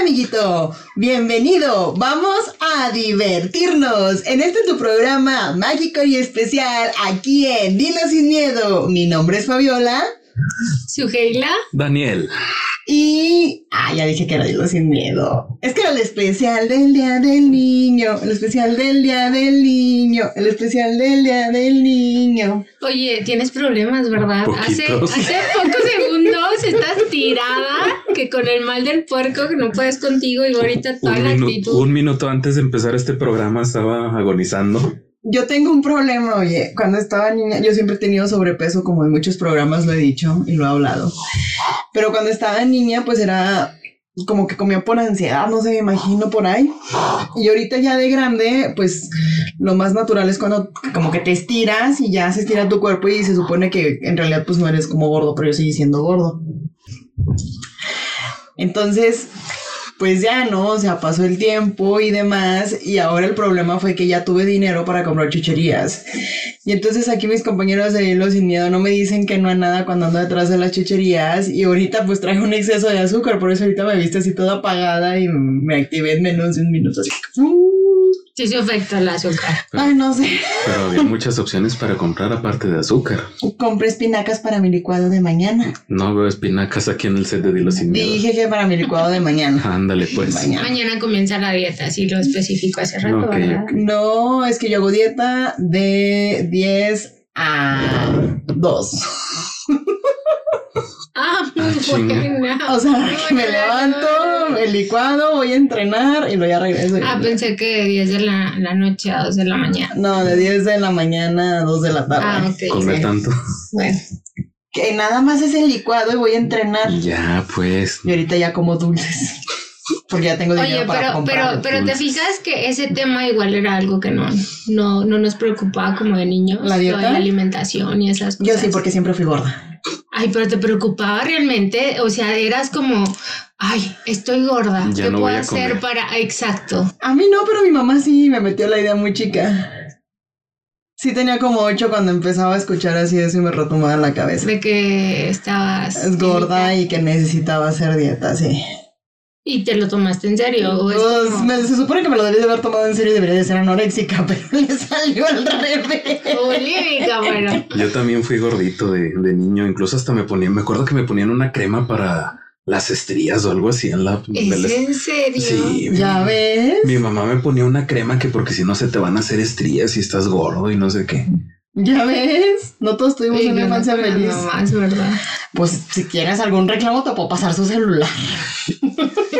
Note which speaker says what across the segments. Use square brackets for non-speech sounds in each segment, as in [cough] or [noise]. Speaker 1: amiguito. Bienvenido. Vamos a divertirnos en este tu programa mágico y especial aquí en Dilo sin miedo. Mi nombre es Fabiola
Speaker 2: Sugeila.
Speaker 3: Daniel.
Speaker 1: y ah, ya dije que era Dilo sin miedo. Es que era el especial del Día del Niño, el especial del Día del Niño, el especial del Día del Niño.
Speaker 2: Oye, tienes problemas, ¿verdad? Hace,
Speaker 3: Poquitos.
Speaker 2: hace pocos segundos estás tirada que con el mal del puerco que no puedes contigo y ahorita toda
Speaker 3: Un,
Speaker 2: la
Speaker 3: minu-
Speaker 2: actitud.
Speaker 3: un minuto antes de empezar este programa estaba agonizando.
Speaker 1: Yo tengo un problema, oye, cuando estaba niña, yo siempre he tenido sobrepeso, como en muchos programas lo he dicho y lo he hablado. Pero cuando estaba niña, pues era como que comía por ansiedad, no sé, me imagino por ahí. Y ahorita ya de grande, pues lo más natural es cuando como que te estiras y ya se estira tu cuerpo y se supone que en realidad pues no eres como gordo, pero yo seguí siendo gordo. Entonces, pues ya no, o sea, pasó el tiempo y demás, y ahora el problema fue que ya tuve dinero para comprar chucherías. Y entonces aquí mis compañeros de Hilo Sin Miedo no me dicen que no a nada cuando ando detrás de las chucherías, y ahorita pues traigo un exceso de azúcar, por eso ahorita me viste así toda apagada y me activé en menos de un minuto, así. "Uh,
Speaker 2: Sí, se afecta el azúcar.
Speaker 1: Ay, no sé.
Speaker 3: Pero había muchas opciones para comprar aparte de azúcar.
Speaker 1: Compré espinacas para mi licuado de mañana.
Speaker 3: No veo espinacas aquí en el set de Dilo Sin Miedo.
Speaker 1: Dije que para mi licuado de mañana.
Speaker 3: Ándale, pues.
Speaker 1: Mañana.
Speaker 2: Mañana comienza la dieta, sí lo especifico hace rato,
Speaker 3: Ok,
Speaker 2: ¿verdad?
Speaker 3: ok.
Speaker 1: No, es que yo hago dieta de 10 a 2.
Speaker 2: Ah,
Speaker 3: Ah, chinga.
Speaker 2: bueno.
Speaker 1: O sea, que [laughs] me
Speaker 2: Ay,
Speaker 1: levanto, el licuado, voy a entrenar y luego ya regreso.
Speaker 2: Ah, pensé que de 10 de la, la noche a 2 de la mañana.
Speaker 1: No, de 10 de la mañana a 2 de la tarde.
Speaker 2: Ah, ok.
Speaker 3: Comer
Speaker 1: Sí.
Speaker 3: tanto.
Speaker 2: Bueno,
Speaker 1: Que nada más es el licuado y voy a entrenar.
Speaker 3: Ya, pues.
Speaker 1: Y ahorita ya como dulces. [laughs] Porque pues, ya tengo dinero
Speaker 2: Oye,
Speaker 1: para
Speaker 2: pero,
Speaker 1: comprar.
Speaker 2: pero, pero te
Speaker 3: dulces.
Speaker 2: fijas que ese tema igual era algo que no, no, no nos preocupaba como de niños.
Speaker 1: ¿La dieta?
Speaker 2: Lo de la alimentación y esas
Speaker 1: Yo
Speaker 2: cosas.
Speaker 1: sí, porque siempre fui gorda.
Speaker 2: Ay, pero te preocupaba realmente. O sea, eras como, ay, estoy gorda.
Speaker 3: Ya
Speaker 2: ¿Qué
Speaker 3: no
Speaker 2: puedo
Speaker 3: voy a
Speaker 2: hacer
Speaker 3: comer".
Speaker 2: para.? Exacto.
Speaker 1: A mí no, pero mi mamá sí me metió la idea muy chica. Sí tenía como 8 cuando empezaba a escuchar así eso y me retomaba la cabeza.
Speaker 2: De que estabas.
Speaker 1: Es gorda y que necesitaba hacer dieta, sí.
Speaker 2: Y te lo tomaste en serio. o es
Speaker 1: Pues,
Speaker 2: como-
Speaker 1: me- se supone que me lo debería de haber tomado en serio y debería de ser anoréxica, [laughs] pero le salió al revés.
Speaker 2: Bulímica, "Oh,
Speaker 3: [laughs]
Speaker 2: bueno.
Speaker 3: Yo también fui gordito de, de niño. Incluso hasta me ponían, me acuerdo que me ponían una crema para las estrías o algo así en la
Speaker 2: ¿Es
Speaker 3: del-
Speaker 2: en serio?
Speaker 3: Sí,
Speaker 1: Ya ves.
Speaker 3: Mi mamá me ponía una crema que porque si no se te van a hacer estrías y estás gordo y no sé qué.
Speaker 1: Ya ves. No todos tuvimos
Speaker 2: Oye,
Speaker 1: una
Speaker 2: yo no
Speaker 1: infancia
Speaker 2: creo
Speaker 1: feliz.
Speaker 2: nomás, ¿verdad?
Speaker 1: Pues si quieres algún reclamo, te puedo pasar su celular.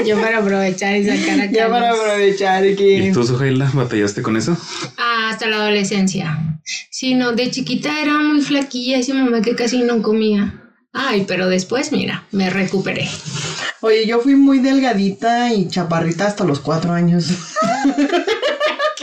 Speaker 2: Yo para aprovechar y sacar acá.
Speaker 1: Ya para
Speaker 2: los-
Speaker 1: aprovechar
Speaker 3: ¿Y
Speaker 1: que.
Speaker 3: tú, Sujaila, batallaste con eso?
Speaker 2: Ah, hasta la adolescencia. Sí, no, de chiquita era muy flaquilla, esa mamá que casi no comía. Ay, pero después, mira, me recuperé.
Speaker 1: Oye, yo fui muy delgadita y chaparrita hasta los cuatro años. [laughs]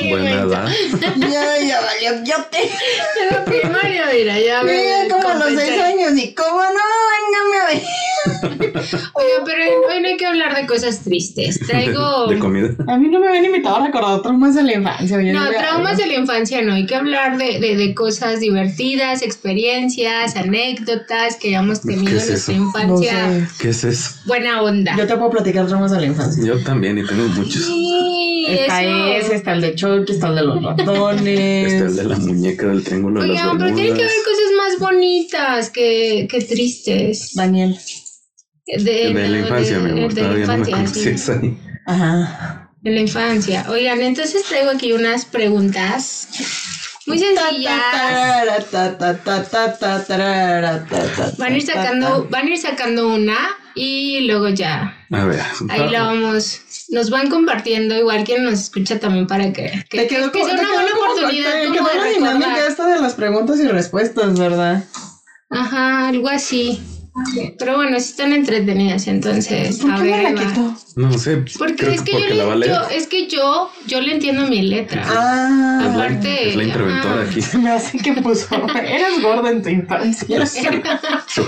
Speaker 3: Buena
Speaker 2: bonito.
Speaker 3: edad.
Speaker 1: ya, ya valió. Yo te.
Speaker 2: De la primaria, mira, ya
Speaker 1: Mira,
Speaker 2: me
Speaker 1: como a los
Speaker 2: compensé.
Speaker 1: seis años. Y cómo no, véngame a ver.
Speaker 2: Oye, pero hoy no hay que hablar de cosas
Speaker 3: [laughs]
Speaker 2: tristes. [laughs] Traigo...
Speaker 3: De, de comida.
Speaker 1: A mí no me habían invitado a recordar traumas de la infancia. oye,
Speaker 2: No,
Speaker 1: voy a-
Speaker 2: traumas de la infancia no, hay que hablar de, de- de cosas divertidas, experiencias, anécdotas que hayamos tenido
Speaker 3: ¿Qué es
Speaker 2: en
Speaker 3: eso?
Speaker 2: nuestra
Speaker 1: No
Speaker 2: infancia.
Speaker 1: sé.
Speaker 3: ¿Qué es eso?
Speaker 2: Buena onda.
Speaker 1: Yo te puedo platicar traumas de la infancia.
Speaker 3: Yo también y tengo muchos.
Speaker 2: Sí,
Speaker 1: Está
Speaker 2: eso.
Speaker 1: ese, está el de Chucky, está el de los ratones.
Speaker 3: Este es de la muñeca del triángulo de las
Speaker 2: Oigan, pero tiene que
Speaker 3: Bermudas.
Speaker 2: haber cosas más bonitas que, que tristes.
Speaker 1: Daniel.
Speaker 2: De,
Speaker 3: De
Speaker 2: no,
Speaker 3: la infancia, mi amor.
Speaker 2: de la
Speaker 3: Todavía no me
Speaker 2: infancia, sí.
Speaker 3: conocías ahí.
Speaker 1: Ajá.
Speaker 2: De la infancia. Oigan, entonces traigo aquí unas preguntas muy sencillas.
Speaker 1: Tatara, ta, ta, ta, ta, ta, tarara, ta, ta,
Speaker 2: Van a ir
Speaker 1: ta,
Speaker 2: sacando, van a ir sacando una y luego ya.
Speaker 3: A ver.
Speaker 2: Ahí la vamos, nos van compartiendo, igual quien nos escucha también para que,
Speaker 1: ta. Te
Speaker 2: que,
Speaker 1: quedó
Speaker 2: que sea
Speaker 1: como- te
Speaker 2: una buena
Speaker 1: quedó como-
Speaker 2: oportunidad
Speaker 1: te
Speaker 2: como
Speaker 1: quedó la
Speaker 2: de
Speaker 1: dinámica
Speaker 2: recordar.
Speaker 1: esta de las preguntas y respuestas, ¿verdad?
Speaker 2: Ajá, algo así. Pero bueno, sí están entretenidas, entonces.
Speaker 1: ¿Por
Speaker 2: a
Speaker 1: qué
Speaker 2: ver,
Speaker 1: me
Speaker 2: ahí
Speaker 1: la
Speaker 2: va.
Speaker 1: quitó?
Speaker 3: No sé.
Speaker 2: Porque
Speaker 3: creo
Speaker 2: es que,
Speaker 3: porque
Speaker 2: yo,
Speaker 3: la
Speaker 2: le,
Speaker 3: va a leer.
Speaker 2: yo- es que yo, yo le entiendo mi letra.
Speaker 3: Es
Speaker 1: Ah. [laughs]
Speaker 3: la-
Speaker 2: aparte, Ah.
Speaker 3: Es la interventora
Speaker 2: ajá. [laughs]
Speaker 3: aquí. [laughs]
Speaker 1: Se me hace que puso. Eras gorda en tu infancia.
Speaker 2: [laughs]
Speaker 3: Sujaila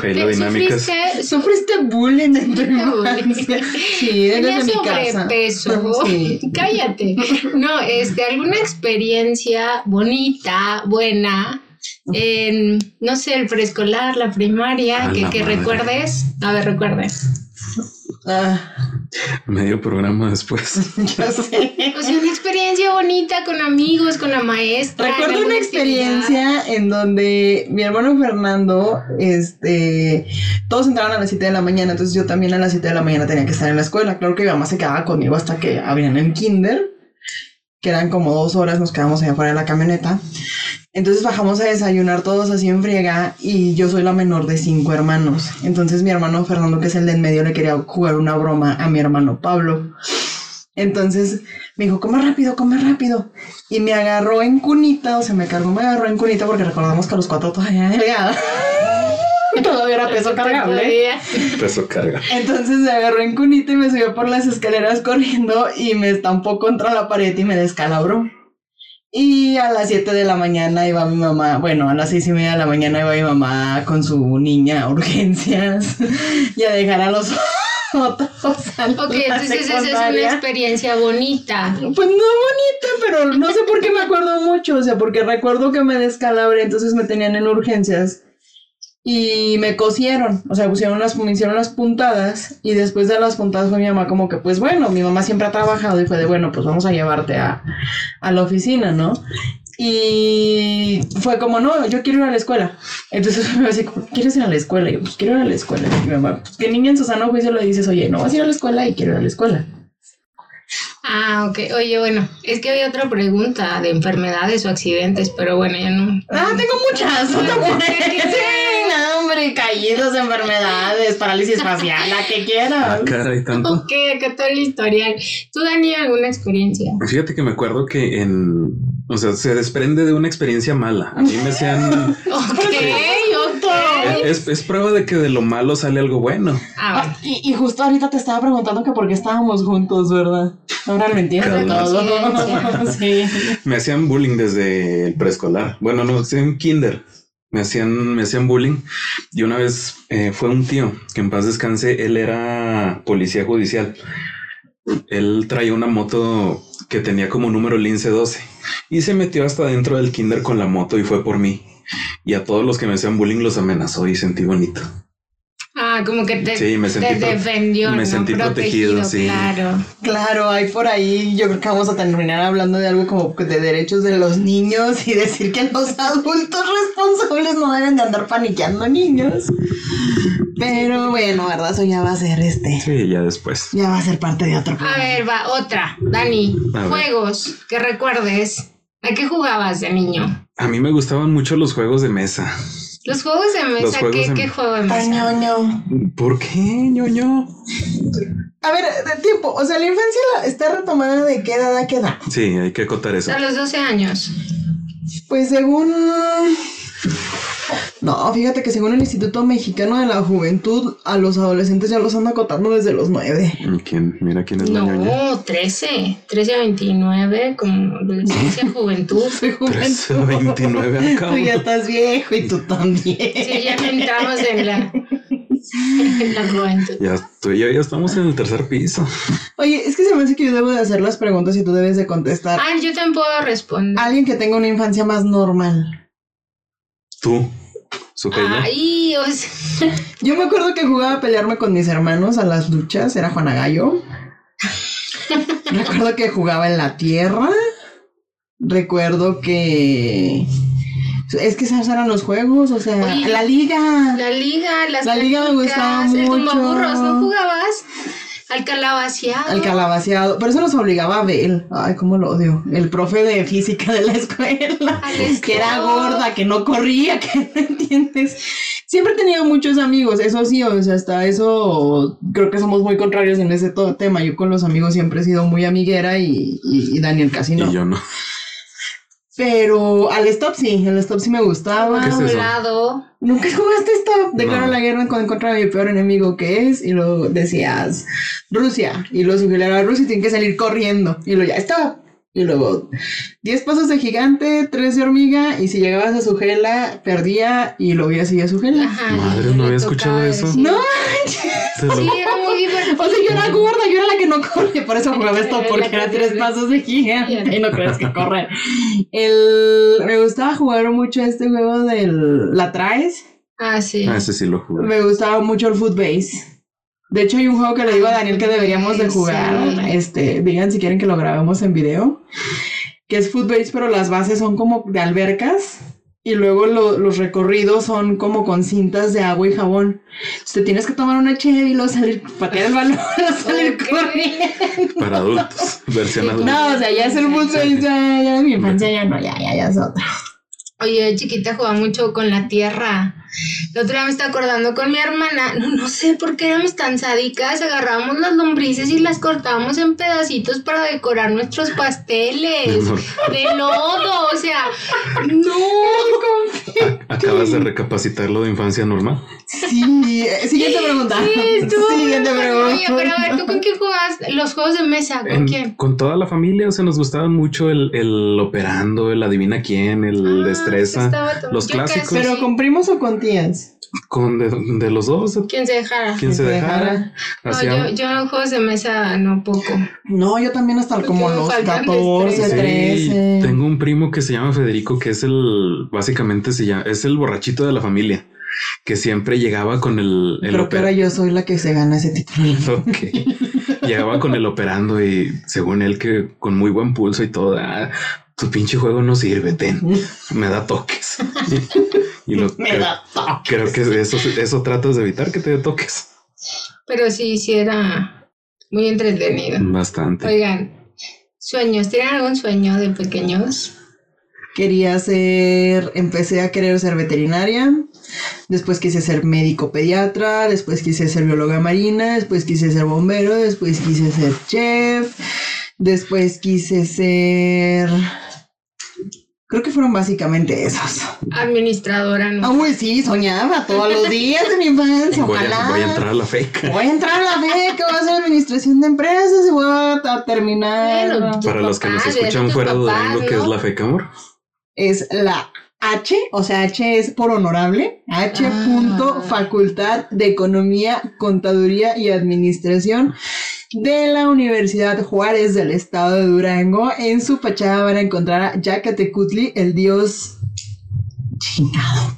Speaker 2: Pero
Speaker 3: Dinámicas.
Speaker 2: sufriste- su-
Speaker 1: Sufriste bullying en tu
Speaker 2: Sufriste bullying.
Speaker 1: infancia. Sí,
Speaker 2: tenía
Speaker 1: eres de mi casa.
Speaker 2: sobrepeso.
Speaker 1: Sí.
Speaker 2: Cállate. No, este, alguna experiencia bonita, buena, en, no sé, el preescolar, la primaria,
Speaker 3: A
Speaker 2: que,
Speaker 3: la
Speaker 2: que
Speaker 3: madre.
Speaker 2: recuerdes. A ver, recuerdes.
Speaker 1: Ah, [laughs]
Speaker 3: Medio
Speaker 2: [laughs]
Speaker 3: programa después. [laughs]
Speaker 1: ya sé.
Speaker 2: O sea, una experiencia bonita con amigos, con la maestra. en
Speaker 1: Recuerdo una
Speaker 2: alguna actividad.
Speaker 1: experiencia en donde mi hermano Fernando, este, todos entraron a las 7 de la mañana, entonces yo también a las 7 de la mañana tenía que estar en la escuela. Claro que mi mamá se quedaba conmigo hasta que abrían el kinder, que eran como dos horas, nos quedamos allá afuera de la camioneta. Entonces bajamos a desayunar todos así en friega y yo soy la menor de cinco hermanos. Entonces mi hermano Fernando, que es el de en medio, le quería jugar una broma a mi hermano Pablo. Entonces me dijo, come rápido, come rápido. Y me agarró en cunita, o sea, me cargó, me agarró en cunita porque recordamos que a los cuatro todavía era [laughs] delgada. todavía era peso cargable.
Speaker 2: Todavía.
Speaker 3: Peso carga.
Speaker 1: Entonces me agarró en cunita y me subió por las escaleras corriendo y me estampó contra la pared y me descalabró. Y a las 7 de la mañana iba mi mamá, bueno, a las seis y media de la mañana iba mi mamá con su niña a urgencias [laughs] y a dejar a los [laughs] otros. a [laughs] la
Speaker 2: Ok, entonces esa es una
Speaker 1: secundaria.
Speaker 2: experiencia bonita.
Speaker 1: Pues no bonita, pero no sé por qué me acuerdo mucho, o sea, porque recuerdo que me descalabré, entonces me tenían en urgencias y me cosieron, o sea, pusieron las, me hicieron las puntadas y después de las puntadas fue mi mamá como que, pues bueno, mi mamá siempre ha trabajado y fue de, bueno, pues vamos a llevarte a, a la oficina, ¿no? Y fue como, no, yo quiero ir a la escuela. Entonces [laughs] me así como, ¿quieres ir a la escuela? Y yo, pues quiero ir a la escuela. Y mi mamá, pues, que niña en su sano juicio le dices, oye, no vas a ir a la escuela y quiero ir a la escuela.
Speaker 2: Ah, ok. Oye, bueno, es que había otra pregunta de enfermedades o accidentes, pero bueno, ya no.
Speaker 1: Ah, [laughs] tengo muchas.
Speaker 2: Ah,
Speaker 1: no puedes.
Speaker 2: ¿qué
Speaker 1: Sí,
Speaker 2: quieres?
Speaker 1: no, hombre, caídos, enfermedades, parálisis facial, la que
Speaker 3: Ah,
Speaker 1: quieras.
Speaker 3: caray, tanto.
Speaker 2: Ok, acá todo el historial. ¿Tú, Dani, alguna experiencia?
Speaker 3: Fíjate que me acuerdo que en. O sea, se desprende de una experiencia mala. A mí me sean.
Speaker 2: Ok,
Speaker 1: Doctor.
Speaker 2: ok.
Speaker 3: Es, es prueba de que de lo malo sale algo bueno.
Speaker 2: Ah,
Speaker 1: Ah, y, y justo ahorita te estaba preguntando que por qué estábamos juntos, ¿verdad? Ahora lo entiendo
Speaker 3: Cada
Speaker 1: todo. [laughs] Sí.
Speaker 3: Me hacían bullying desde el preescolar. Bueno, no, sí, en kinder. Me hacían, me hacían bullying. Y una vez eh, fue un tío, que en paz descanse, él era policía judicial. Él traía una moto que tenía como número lince 12 y se metió hasta dentro del kinder con la moto y fue por mí. Y a todos los que me hacían bullying los amenazó y sentí bonito.
Speaker 2: ah, como que te,
Speaker 3: Sí, me sentí
Speaker 2: te
Speaker 3: pro-
Speaker 2: defendió.
Speaker 3: me
Speaker 2: ¿no?
Speaker 3: sentí protegido, sí.
Speaker 2: Claro.
Speaker 1: Claro, hay por ahí, yo creo que vamos a terminar hablando de algo como de derechos de los niños y decir que los adultos responsables no deben de andar paniqueando niños. Pero bueno, ¿verdad? Eso ya va a ser este.
Speaker 3: Sí, ya después.
Speaker 1: Ya va a ser parte de otro
Speaker 2: A
Speaker 1: programa.
Speaker 2: ver, va, otra. Dani,
Speaker 3: A ver.
Speaker 2: juegos que recuerdes. ¿A qué jugabas de niño?
Speaker 3: A mí me gustaban mucho los juegos de mesa.
Speaker 2: Los juegos de mesa,
Speaker 3: juegos
Speaker 2: ¿qué,
Speaker 3: de-
Speaker 2: qué juego de
Speaker 1: Ay,
Speaker 2: mesa?
Speaker 1: no, no.
Speaker 3: ¿Por qué, ñoño?
Speaker 1: A ver, de tiempo, o sea, la infancia la- está retomada de qué edad a qué edad.
Speaker 3: Sí, hay que acotar eso.
Speaker 2: A los 12 años.
Speaker 1: Pues según... No, fíjate que según el Instituto Mexicano de la Juventud, a los adolescentes ya los andan acotando desde los nueve. [laughs]
Speaker 3: ¿Y ¿Quién? Mira quién es la ñoña.
Speaker 2: No, 13. 13 a 29, como
Speaker 3: [laughs]
Speaker 2: adolescencia, juventud.
Speaker 1: Soy
Speaker 3: 13, 29 acabo.
Speaker 1: [laughs] Tú ya estás viejo y tú también.
Speaker 2: Sí, ya no entramos en la, en la juventud.
Speaker 3: Ya, tú y yo ya estamos en el tercer piso.
Speaker 1: Oye, es que se me hace que yo debo de hacer las preguntas y tú debes de contestar.
Speaker 2: Ah, yo también puedo responder.
Speaker 1: Alguien que tenga una infancia más normal.
Speaker 3: Tú, su peña.
Speaker 2: Ay, o sea,
Speaker 1: Yo me acuerdo que jugaba a pelearme con mis hermanos a las luchas, era Juana Gallo. Recuerdo que jugaba en la tierra. Recuerdo que. Es que esos eran los juegos, o sea,
Speaker 2: Oye,
Speaker 1: la liga.
Speaker 2: la liga, las
Speaker 1: La liga me gustaba
Speaker 2: canicas, el
Speaker 1: mucho.
Speaker 2: tumbaburros, ¿no jugabas? Al calabaciado.
Speaker 1: El calabaceado. Pero eso nos obligaba a ver. Ay, cómo lo odio. El profe de física de la escuela.
Speaker 2: Al
Speaker 1: que era
Speaker 2: esclavo.
Speaker 1: gorda, que no corría, [laughs] que no entiendes. Siempre he tenido muchos amigos, eso sí, o sea, hasta eso creo que somos muy contrarios en ese to- tema. Yo con los amigos siempre he sido muy amiguera y, y- y Daniel casi no.
Speaker 3: Y yo no.
Speaker 1: Pero al stop sí, al stop sí me gustaba.
Speaker 3: ¿Qué es
Speaker 2: a un
Speaker 3: eso?
Speaker 2: lado.
Speaker 1: Nunca jugaste stop. Declaro
Speaker 3: No.
Speaker 1: la guerra en contra de mi peor enemigo que es y luego decías Rusia y luego si era Rusia y tienen que salir corriendo y luego ya stop. Y luego 10 pasos de gigante, 3 de hormiga y si llegabas a su gela perdía y luego ya seguía su gela.
Speaker 2: Ajá,
Speaker 3: Madre,
Speaker 2: y le
Speaker 3: no había escuchado
Speaker 2: tocaba
Speaker 3: eso.
Speaker 2: decir-
Speaker 1: No manches.
Speaker 3: Te lo-
Speaker 2: Sí, era muy divertido.
Speaker 1: O sea, Pues yo era gorda, yo era la que no corre, por eso jugaba esto, porque era tres pasos de gigante y no crees que corre. El, me gustaba jugar mucho este juego del la traes.
Speaker 2: Ah, sí.
Speaker 3: Ah, ese sí lo jugué.
Speaker 1: Me gustaba mucho el footbase. De hecho, hay un juego que le digo a Daniel que deberíamos de jugar.
Speaker 2: Sí.
Speaker 1: Este, digan si quieren que lo grabemos en video. Que es footbase, pero las bases son como de albercas. Y luego lo- los recorridos son como con cintas de agua y jabón. Entonces te tienes que tomar una cheve y luego salir, patear el balón, [laughs] luego salir
Speaker 2: Ok.
Speaker 1: corriendo.
Speaker 2: [laughs]
Speaker 3: para adultos, versión
Speaker 2: Sí,
Speaker 3: adulta.
Speaker 1: No, o sea, ya es el footbase, ya, ya de mi infancia ya no, ya, ya, ya es otra.
Speaker 2: Oye, de chiquita jugaba mucho con la tierra. La otra día me está acordando con mi hermana, no, no sé por qué éramos tan sádicas, agarrábamos las lombrices y las cortábamos en pedacitos para decorar nuestros pasteles.
Speaker 3: Amor,
Speaker 2: De lodo, o sea, no.
Speaker 3: Acabas de recapacitar lo de infancia normal.
Speaker 1: Sí, eh, siguiente pregunta.
Speaker 2: Sí, estuvo
Speaker 1: siguiente
Speaker 2: muy bueno.
Speaker 1: pregunta.
Speaker 2: Oye, pero a ver, ¿tú con quién jugabas los juegos de mesa? ¿Con
Speaker 3: En-
Speaker 2: quién?
Speaker 3: con toda la familia, o sea, nos gustaba mucho el, el operando, el adivina quién, el
Speaker 2: Ah,
Speaker 3: destreza,
Speaker 2: estaba todo-
Speaker 3: los
Speaker 2: yo casi-
Speaker 3: clásicos.
Speaker 1: ¿Pero con primos o con tías?
Speaker 3: con de, de los dos,
Speaker 2: ¿Quién se dejara?
Speaker 3: quien se dejara.
Speaker 2: No,
Speaker 3: Hacíamos-
Speaker 2: yo, yo juegos de mesa no poco.
Speaker 1: No, yo también hasta como
Speaker 2: Yo
Speaker 1: los
Speaker 2: faltan
Speaker 1: 14,
Speaker 2: destreza.
Speaker 1: 13.
Speaker 3: Tengo un primo que se llama Federico, que es el, básicamente se llama, es el borrachito de la familia, que siempre llegaba con el, el
Speaker 1: Creo que
Speaker 3: opera-
Speaker 1: ahora yo soy la que se gana ese título.
Speaker 3: [laughs] Ok. Llegaba con el operando y según él que con muy buen pulso y todo, "Ah, tu pinche juego no sirve, ten, me da toques. [laughs] y lo,
Speaker 1: [laughs] Me
Speaker 3: creo,
Speaker 1: da toque.
Speaker 3: creo que eso, eso tratas de evitar que te dé toques.
Speaker 2: Pero sí, sí era muy entretenido.
Speaker 3: Mm. Bastante.
Speaker 2: Oigan, sueños, ¿tienen algún sueño de pequeños?
Speaker 1: Quería ser, empecé a querer ser veterinaria, después quise ser médico pediatra, después quise ser bióloga marina, después quise ser bombero, después quise ser chef, después quise ser... Creo que fueron básicamente esos.
Speaker 2: Administradora,
Speaker 1: Ah,
Speaker 2: no.
Speaker 1: uy, sí, soñaba todos los días de mi infancia.
Speaker 3: Voy a,
Speaker 1: ojalá.
Speaker 3: voy a entrar a la feca.
Speaker 1: Voy a entrar a la beca, voy a hacer administración de empresas y voy a ta- terminar.
Speaker 2: Bueno, tus
Speaker 3: Para los que nos
Speaker 2: papás, ya
Speaker 3: escuchan
Speaker 2: tus
Speaker 3: fuera de
Speaker 2: papás,
Speaker 3: Durango, que
Speaker 2: ¿no?
Speaker 3: es la feca, amor.
Speaker 1: Es la H, o sea, H es por honorable. H.
Speaker 2: Ah.
Speaker 1: punto Facultad de Economía, Contaduría y Administración de la Universidad Juárez del Estado de Durango. En su fachada van a encontrar a Yacatecutli, el dios.
Speaker 2: [laughs]
Speaker 1: Chingado.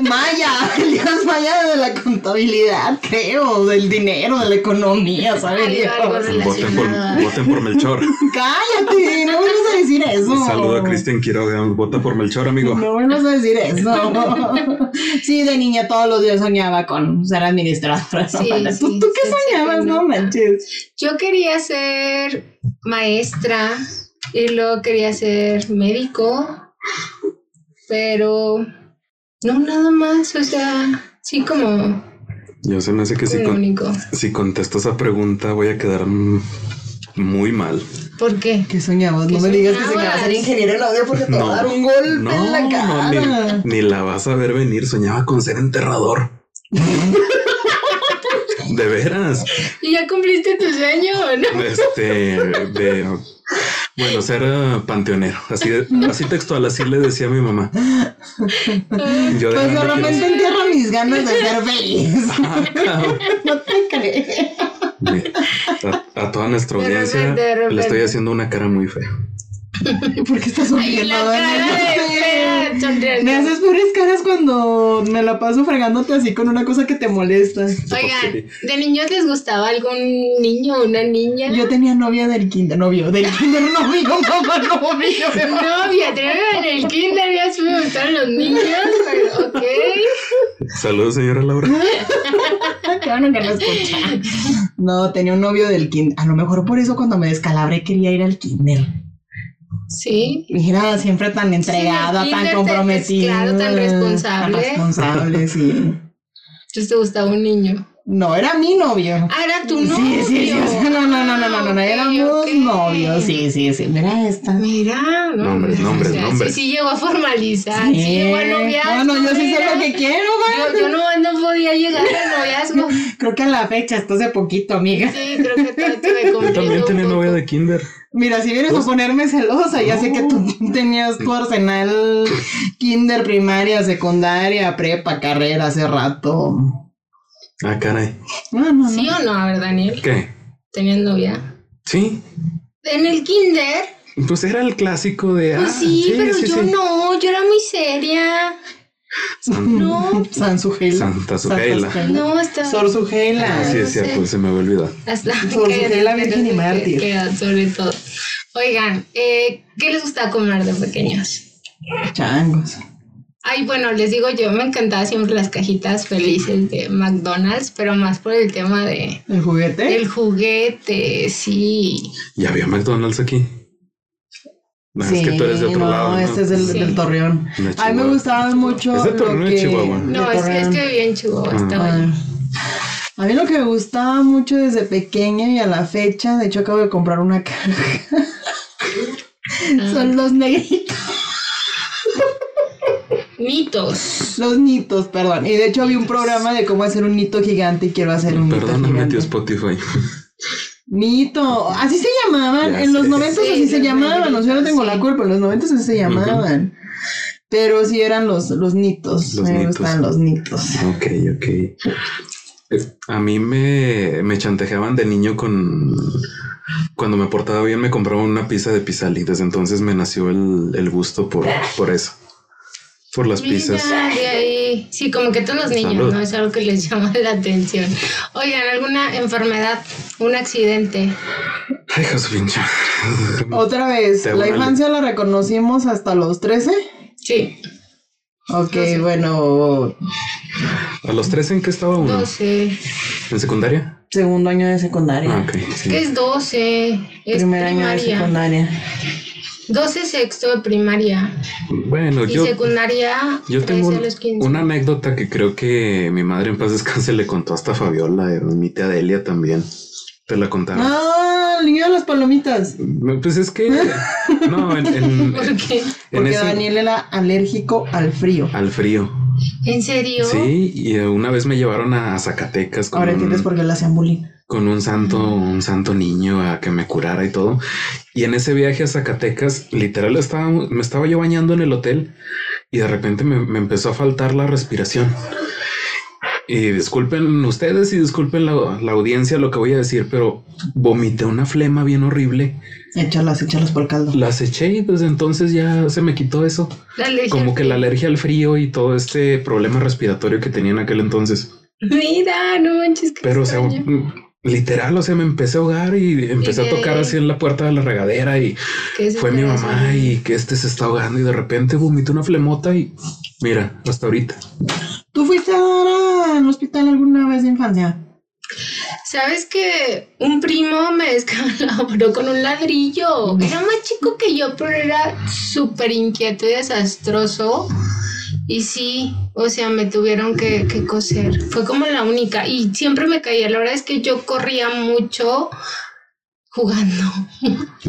Speaker 1: Maya, el dios maya de la contabilidad, creo, del dinero, de la economía, ¿sabes?
Speaker 2: Algo, algo
Speaker 1: Dios?
Speaker 3: Voten
Speaker 2: Relacionado.
Speaker 3: por, voten por Melchor.
Speaker 1: Cállate, [laughs] no vuelvas a decir eso.
Speaker 3: Un saludo a Cristian Quiroga. Vota por Melchor, amigo.
Speaker 1: No vuelvas a decir
Speaker 3: [laughs]
Speaker 1: eso. Sí, de niña todos los días soñaba con ser administradora.
Speaker 2: Sí,
Speaker 1: [laughs] ¿Tú,
Speaker 2: sí,
Speaker 1: tú qué
Speaker 2: sí, sí,
Speaker 1: soñabas?
Speaker 2: sí,
Speaker 1: no
Speaker 2: neta.
Speaker 1: manches.
Speaker 2: Yo quería ser maestra y luego quería ser médico, pero no nada más, o sea, sí como
Speaker 3: Yo se me hace que sí
Speaker 1: pues.
Speaker 2: lo
Speaker 3: con,
Speaker 2: único.
Speaker 3: Si contesto esa pregunta voy a quedar mm, muy mal.
Speaker 2: ¿Por qué?
Speaker 1: ¿Qué soñabas?
Speaker 2: ¿Qué
Speaker 1: no me digas que se
Speaker 2: soñabas?
Speaker 1: quería ser ingeniero en audio porque te va
Speaker 3: No.
Speaker 1: a dar un golpe
Speaker 3: No,
Speaker 1: en la
Speaker 3: no,
Speaker 1: cara.
Speaker 3: ni, ni la vas a ver venir. Soñaba con ser enterrador. De veras.
Speaker 2: ¿Y ya cumpliste tu sueño o no?
Speaker 3: Este, de, bueno, ser eh, panteonero. Así, de- así textual, así le decía a
Speaker 1: [laughs]
Speaker 3: mi mamá. Yo de
Speaker 1: pues de
Speaker 3: grande quiero
Speaker 1: repente entierro mis ganas de ser feliz. [laughs]
Speaker 3: ser- [laughs] Ah, cabrón.
Speaker 1: No te crees.
Speaker 2: [laughs]
Speaker 3: Mira, a, a toda nuestra
Speaker 2: De
Speaker 3: audiencia
Speaker 2: repente, de
Speaker 3: le estoy
Speaker 2: repente.
Speaker 3: haciendo una cara muy fea.
Speaker 1: ¿Por qué estás
Speaker 2: Ay,
Speaker 1: sonriendo?
Speaker 2: la
Speaker 1: Dani?
Speaker 2: cara
Speaker 1: No sé.
Speaker 2: de fea, sonriendo.
Speaker 1: Me haces peores caras cuando me la paso fregándote así con una cosa que te molesta.
Speaker 2: Oigan, ¿de niños les gustaba algún niño o una niña?
Speaker 1: Yo tenía novia del kinder, novio, del kinder, [laughs] novio, mamá, novio.
Speaker 2: Novia, tenía en el kinder, ya se me gustaron los niños, pero ok.
Speaker 3: Saludos, señora Laura.
Speaker 1: Qué bueno que no escucha. No, tenía un novio del kinder. A lo mejor por eso cuando me descalabré quería ir al kinder.
Speaker 2: Sí.
Speaker 1: Mira, siempre tan entregada,
Speaker 2: Sí, en
Speaker 1: tan
Speaker 2: el kinder te-
Speaker 1: comprometida.
Speaker 2: claro, tan responsable.
Speaker 1: Tan responsable, sí.
Speaker 2: Entonces te gustaba un niño.
Speaker 1: No, era mi novio.
Speaker 2: Ah, era tu
Speaker 1: Sí,
Speaker 2: novio.
Speaker 1: sí, sí. o sea, no, no, no, no, no, no, no.
Speaker 2: Ah, ok,
Speaker 1: Éramos
Speaker 2: ok.
Speaker 1: novios. Sí, sí, sí. Mira esta.
Speaker 2: Mira, no,
Speaker 3: Nombres,
Speaker 2: no,
Speaker 3: nombres, nombres.
Speaker 2: Sí, sí llegó a formalizar, sí, llegó a noviazgo.
Speaker 1: Bueno, yo sí sé
Speaker 2: mira.
Speaker 1: lo que quiero,
Speaker 2: Yo, yo
Speaker 1: güey.
Speaker 2: no, no podía llegar al noviazgo.
Speaker 1: Creo que a la fecha, hasta hace poquito, amiga.
Speaker 2: Sí, creo que te, te me
Speaker 3: Yo también
Speaker 2: complicó
Speaker 3: tenía
Speaker 2: un poco.
Speaker 3: novia de kinder.
Speaker 1: Mira, si vienes a
Speaker 3: Pues-
Speaker 1: ponerme celosa, ya sé que tú [laughs] tenías tu arsenal kinder, primaria, secundaria, prepa, carrera hace rato.
Speaker 3: Ah, caray.
Speaker 1: No, no,
Speaker 2: ¿Sí
Speaker 1: no.
Speaker 2: o no? A ver, Daniel,
Speaker 3: ¿Qué?
Speaker 2: ¿tenías novia?
Speaker 3: Sí,
Speaker 2: En el kinder,
Speaker 3: Pues era el clásico de.
Speaker 2: pues
Speaker 3: ah,
Speaker 2: sí, pero
Speaker 3: sí, Ah,
Speaker 2: yo
Speaker 3: sí.
Speaker 2: no, yo era muy seria.
Speaker 1: Mm.
Speaker 2: No,
Speaker 1: San Sugela.
Speaker 3: Santa Sugela.
Speaker 2: no, está.
Speaker 1: Sor Sugela.
Speaker 3: Ah, sí, es cierto, se me había olvidado.
Speaker 2: Hasta
Speaker 1: Sor Sujela, Virgen y
Speaker 2: que-
Speaker 1: Mártir.
Speaker 2: que- sobre todo. Oigan, eh, ¿qué les gustaba comer de pequeños?
Speaker 1: Changos.
Speaker 2: Ay, bueno, les digo yo, me encantaba siempre las cajitas felices de McDonald's, pero más por el tema de
Speaker 1: ¿El juguete?
Speaker 2: el juguete, sí.
Speaker 3: Ya había McDonald's aquí. No,
Speaker 1: Sí,
Speaker 3: es que tú eres de otro
Speaker 1: no,
Speaker 3: lado. ¿no?
Speaker 1: este es del,
Speaker 2: Sí.
Speaker 1: del Torreón. A
Speaker 3: De
Speaker 1: mí me
Speaker 3: Chihuahua.
Speaker 1: gustaban mucho.
Speaker 3: ¿Es de Torreón
Speaker 1: lo
Speaker 3: o de
Speaker 1: que-
Speaker 3: Chihuahua?
Speaker 1: de
Speaker 2: No, es que, es
Speaker 1: Torreón.
Speaker 2: que bien chulo, está
Speaker 3: Ah.
Speaker 2: bueno.
Speaker 1: Ah. A mí lo que me gustaba mucho desde pequeña y a la fecha, de hecho acabo de comprar una
Speaker 2: [laughs]
Speaker 1: caja, son los negritos,
Speaker 2: Mitos.
Speaker 1: los nitos, perdón. Y de hecho había un programa de cómo hacer un nito gigante y quiero hacer un nito
Speaker 3: Perdóname,
Speaker 1: gigante.
Speaker 3: tío Spotify.
Speaker 1: Nito, así se llamaban,
Speaker 3: Ya
Speaker 1: en los
Speaker 3: sé.
Speaker 1: noventas
Speaker 2: Sí,
Speaker 1: así se
Speaker 2: los
Speaker 1: llamaban, o sea, no
Speaker 2: negritos,
Speaker 1: tengo
Speaker 2: sí.
Speaker 1: la culpa, en los noventas así se llamaban. Pero sí eran los, los nitos,
Speaker 3: Los
Speaker 1: me
Speaker 3: nitos.
Speaker 1: gustaban los nitos.
Speaker 3: Ok, ok. Eh, A mí me, me chantajeaban de niño con... Cuando me portaba bien me compraban una pizza de pizza y desde entonces me nació el, el gusto por, por eso. Por las pizzas.
Speaker 2: Mira, de ahí. Sí, como que todos los niños,
Speaker 3: Salud.
Speaker 2: ¿no? Es algo que les [laughs] llama la atención. Oigan, ¿alguna enfermedad? ¿Un accidente?
Speaker 3: Ay, hijo de su pinche madre.
Speaker 1: Otra vez, la
Speaker 3: Diagonal.
Speaker 1: infancia la reconocimos hasta los 13.
Speaker 2: Sí,
Speaker 1: Ok,
Speaker 2: No sé.
Speaker 1: bueno,
Speaker 3: ¿A los tres en qué estaba uno?
Speaker 2: 12.
Speaker 3: ¿En secundaria?
Speaker 1: segundo año de secundaria.
Speaker 3: Ah, ok. sí.
Speaker 2: ¿Qué es 12? Es
Speaker 1: Primer año de
Speaker 2: primaria.
Speaker 1: secundaria.
Speaker 2: 12 sexto de primaria.
Speaker 3: Bueno,
Speaker 2: Y
Speaker 3: Pues yo...
Speaker 2: secundaria,
Speaker 3: Yo
Speaker 2: 13
Speaker 3: tengo
Speaker 2: a los 15. [laughs]
Speaker 3: una anécdota que creo que mi madre en paz descanse le contó hasta Fabiola, eh, mi tía Delia también. Te la contaron.
Speaker 1: Ah, el niño de las palomitas.
Speaker 3: Me- Pues
Speaker 1: [laughs]
Speaker 3: es que. No, en, en-
Speaker 2: ¿Por qué?
Speaker 3: en
Speaker 1: Porque
Speaker 3: ese-
Speaker 1: Daniel era alérgico al frío.
Speaker 3: Al frío.
Speaker 2: ¿En serio?
Speaker 3: Sí, y eh, una vez me llevaron a Zacatecas con,
Speaker 1: Ahora entiendes
Speaker 3: un,
Speaker 1: por qué le hacían bullying.
Speaker 3: con un santo, un santo niño a que me curara y todo. Y en ese viaje a Zacatecas, literal, estaba, me estaba yo bañando en el hotel y de repente me, me empezó a faltar la respiración. Y disculpen ustedes y disculpen la, la audiencia lo que voy a decir, pero vomité una flema bien horrible.
Speaker 1: Échalas, échalas por el caldo.
Speaker 3: Las eché y desde entonces ya se me quitó eso.
Speaker 2: La alergia
Speaker 3: Como que la alergia al frío y todo este problema respiratorio que tenía en aquel entonces.
Speaker 2: Mira, no manches. qué
Speaker 3: Pero, o sea, mm,
Speaker 2: extraño.
Speaker 3: literal, o sea, me empecé a ahogar y empecé
Speaker 2: Y
Speaker 3: a
Speaker 2: de
Speaker 3: tocar
Speaker 2: ahí-
Speaker 3: así en la puerta de la regadera y
Speaker 2: Qué
Speaker 3: fue mi mamá
Speaker 2: desesperación.
Speaker 3: y que este se está ahogando y de repente vomité una flemota y mira, hasta ahorita.
Speaker 1: ¿Tú fuiste a dar al hospital alguna vez de infancia?
Speaker 2: ¿Sabes que un primo me descalabró con un ladrillo?
Speaker 1: Mm.
Speaker 2: Era más chico que yo, pero era súper inquieto y desastroso. Y sí, o sea, me tuvieron que, que coser. Fue como la única. Y siempre me caía. La verdad es que yo corría mucho
Speaker 1: [laughs]
Speaker 2: jugando.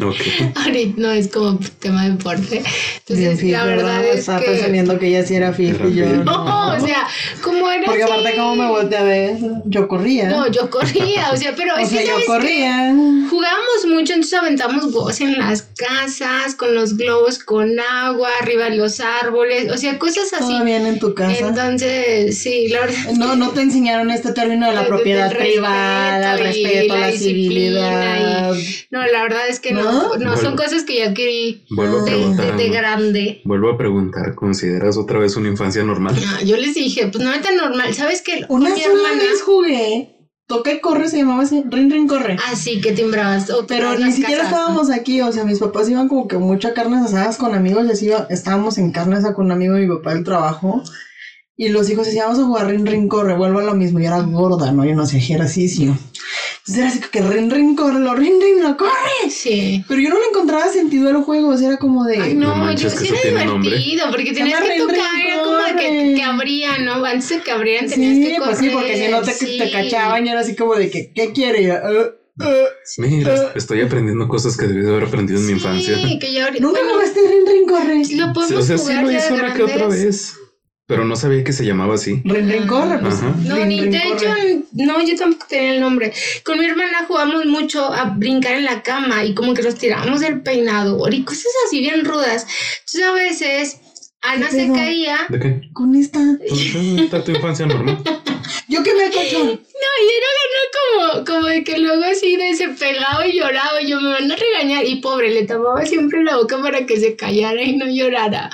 Speaker 3: Ok.
Speaker 2: Ahorita no es como tema de deporte. Entonces,
Speaker 1: Sí, sí,
Speaker 2: Pues la
Speaker 1: yo
Speaker 2: verdad es
Speaker 1: estaba
Speaker 2: que...
Speaker 1: presumiendo que ella sí era fit
Speaker 3: Era
Speaker 1: y yo
Speaker 3: fit.
Speaker 1: no.
Speaker 2: No, o sea, como era
Speaker 1: Porque
Speaker 2: así-
Speaker 1: aparte como me volteé a ver, yo corría.
Speaker 2: No, yo corría, o sea, pero
Speaker 1: o
Speaker 2: es
Speaker 1: sea,
Speaker 2: que
Speaker 1: yo
Speaker 2: ¿sabes qué?
Speaker 1: corría.
Speaker 2: Jugamos mucho, entonces aventamos globos en las casas, con los globos con agua, arriba de los árboles, o sea, cosas así.
Speaker 1: Todo bien en tu casa.
Speaker 2: Entonces, sí, la verdad.
Speaker 1: No, no te enseñaron este término de la
Speaker 2: Eh, Del
Speaker 1: propiedad
Speaker 2: respeto
Speaker 1: privada, el
Speaker 2: y
Speaker 1: respeto,
Speaker 2: la
Speaker 1: la
Speaker 2: disciplina
Speaker 1: civilidad.
Speaker 2: [laughs] No, la verdad es que no. No,
Speaker 1: ¿No?
Speaker 2: son
Speaker 3: Bueno.
Speaker 2: cosas que yo adquirí
Speaker 3: Vuelvo a
Speaker 2: de, de-
Speaker 3: preguntar.
Speaker 2: de grande.
Speaker 3: Vuelvo a preguntar, ¿consideras otra vez una infancia normal?
Speaker 2: No, yo les dije, pues no era tan normal. ¿Sabes qué? Con
Speaker 1: Una
Speaker 2: mi
Speaker 1: sola
Speaker 2: hermana.
Speaker 1: vez jugué, toqué corre, se llamaba así, Rin Rin Corre.
Speaker 2: Así que timbrabas. o
Speaker 1: Pero
Speaker 2: timbrabas
Speaker 1: ni
Speaker 2: las
Speaker 1: siquiera
Speaker 2: casas.
Speaker 1: estábamos aquí, o sea, mis papás iban como que mucho a carnes asadas con amigos, y así iba- estábamos en carne asada con un amigo de mi papá del trabajo. Y los hijos decían, vamos a jugar Rin Rin Corre, vuelvo a lo mismo, y era gorda, ¿no? Yo no hacía ejercicio. Entonces era así que Rin Rin Corre, lo Rin Rin lo corre.
Speaker 2: Sí.
Speaker 1: Pero yo no le encontraba sentido al juego, o sea, era como de...
Speaker 2: Ay, no,
Speaker 3: No manches,
Speaker 2: yo
Speaker 3: que
Speaker 2: sí
Speaker 3: eso
Speaker 2: era
Speaker 3: tiene nombre.
Speaker 2: divertido, porque tenías
Speaker 1: llama
Speaker 2: que
Speaker 1: Ren, Ren,
Speaker 2: tocar, era como de que,
Speaker 1: corre.
Speaker 2: que abrían, ¿no? Antes de que abrían tenías
Speaker 1: Sí,
Speaker 2: que correr.
Speaker 1: pues sí, porque si no te,
Speaker 2: sí.
Speaker 1: te cachaban y era así como de que, ¿qué quiere? Y yo, "Eh, eh".
Speaker 3: Mira, estoy aprendiendo cosas que debí de haber aprendido en mi infancia.
Speaker 2: Ah. Sí, que ya ahorita.
Speaker 1: Nunca
Speaker 2: bueno,
Speaker 1: jugaste Rin Rin Corre.
Speaker 2: Lo
Speaker 3: o
Speaker 2: podemos
Speaker 3: sea, sí
Speaker 2: jugar
Speaker 3: lo
Speaker 2: ya
Speaker 3: hice
Speaker 2: de
Speaker 3: una que otra
Speaker 2: grandes.
Speaker 3: vez, pero no sabía que se llamaba así.
Speaker 1: Rin Rin Corre, pues.
Speaker 3: Ajá.
Speaker 2: No,
Speaker 1: Rin
Speaker 2: ni
Speaker 1: Rin
Speaker 2: de hecho,
Speaker 1: Corre.
Speaker 2: [laughs] no, yo tampoco tenía el nombre. Con mi hermana jugamos mucho a brincar en la cama y como que nos tirábamos el peinador y cosas así bien rudas. Entonces a veces Ana
Speaker 1: ¿Qué
Speaker 2: se
Speaker 1: pedo?
Speaker 2: caía
Speaker 3: ¿De
Speaker 2: [laughs]
Speaker 3: qué?
Speaker 1: Con esta.
Speaker 3: Pues, eh, Está tu infancia normal.
Speaker 1: Yo que me cacho.
Speaker 2: No, y era ganar como, como de que luego así de se pegaba y lloraba, y yo me van a regañar. Y pobre, le tapaba siempre la boca para que se callara y no llorara.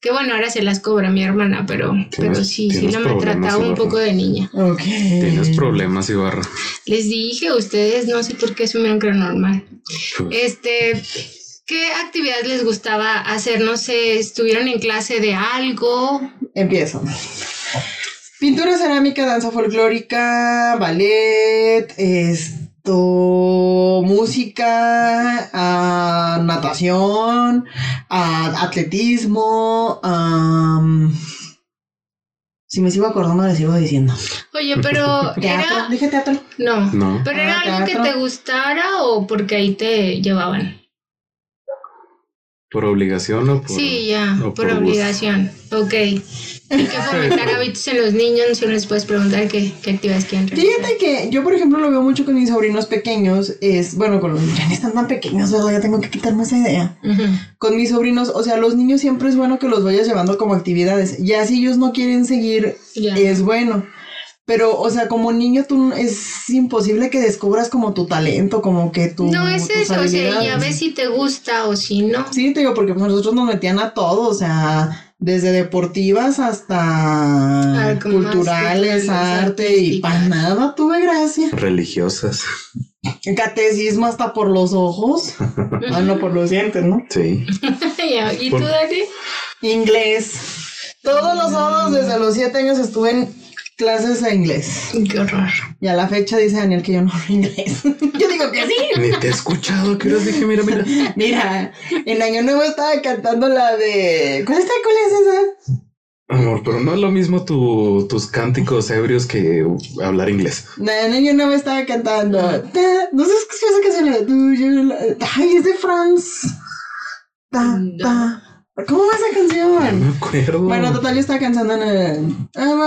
Speaker 2: Que bueno, ahora se las cobra mi hermana, pero, pero sí, sí
Speaker 3: tienes
Speaker 2: la
Speaker 3: problemas,
Speaker 2: maltrataba un
Speaker 3: Ibarra.
Speaker 2: poco de niña.
Speaker 1: Ok.
Speaker 3: Tienes
Speaker 1: Eh,
Speaker 3: problemas, Ibarra.
Speaker 2: Les dije, ustedes no sé por qué asumieron que era normal. Este, ¿qué actividad les gustaba hacer? No sé, estuvieron en clase de algo.
Speaker 1: Empiezo. Pintura cerámica, danza folclórica, ballet, esto, música, ah, natación, ah, atletismo. am, si me sigo acordando, les sigo diciendo.
Speaker 2: Oye, [laughs] pero
Speaker 1: Teatro,
Speaker 2: era.
Speaker 1: dije teatro.
Speaker 2: No.
Speaker 3: No.
Speaker 2: ¿Pero era
Speaker 1: Ah,
Speaker 2: algo que
Speaker 1: teatro.
Speaker 2: te gustara o porque ahí te llevaban?
Speaker 3: ¿Por obligación o por.?
Speaker 2: Sí, ya,
Speaker 3: o
Speaker 2: por
Speaker 3: por gusto.
Speaker 2: obligación. Ok. Hay que fomentar hábitos en los niños, si no les puedes preguntar qué, qué actividades quieren realizar.
Speaker 1: Fíjate que yo, por ejemplo, lo veo mucho con mis sobrinos pequeños. Es, bueno, con los ya ni están tan pequeños, ¿verdad? ya tengo que quitarme esa idea.
Speaker 2: Ujú.
Speaker 1: con mis sobrinos, o sea, los niños siempre es bueno que los vayas llevando como actividades. Ya si ellos no quieren seguir,
Speaker 2: Ya.
Speaker 1: es bueno. Pero, o sea, como niño tú es imposible que descubras como tu talento, como que tu
Speaker 2: no es
Speaker 1: tus
Speaker 2: eso, o sea, ya
Speaker 1: habilidades.
Speaker 2: ves si te gusta o si no.
Speaker 1: Sí, te digo, porque pues, nosotros nos metían a todo, o sea, desde deportivas hasta
Speaker 2: Ah, como más
Speaker 1: culturales,
Speaker 2: culturales,
Speaker 1: arte, y para
Speaker 2: artísticas.
Speaker 1: nada tuve gracia.
Speaker 3: Religiosas.
Speaker 1: Catecismo hasta por los
Speaker 2: [laughs]
Speaker 1: ojos, ah, no por los dientes, ¿no?
Speaker 3: Sí.
Speaker 2: [laughs] Ya, ¿Y tú,
Speaker 3: Por-
Speaker 2: Dani?
Speaker 1: Inglés. Todos los sábados desde los 7 años estuve en clases de inglés.
Speaker 2: Qué horror.
Speaker 1: Y a la fecha dice Daniel que yo no hablo inglés. [laughs] yo digo que sí.
Speaker 3: Ni te he escuchado. ¿Qué les dije? Mira, mira.
Speaker 1: Mira, en Año Nuevo estaba cantando la de... ¿Cuál está? ¿Cuál es esa?
Speaker 3: Amor, pero no es lo mismo tu- tus cánticos ebrios que hablar inglés.
Speaker 1: No, En Año Nuevo estaba cantando... ta- No sé si esa canción era... Do you li- Ay, es de France. Ta, ta. ¿Cómo va esa
Speaker 3: No
Speaker 1: canción?
Speaker 3: me acuerdo.
Speaker 1: Bueno, total, yo estaba cantando en el...
Speaker 2: Ah,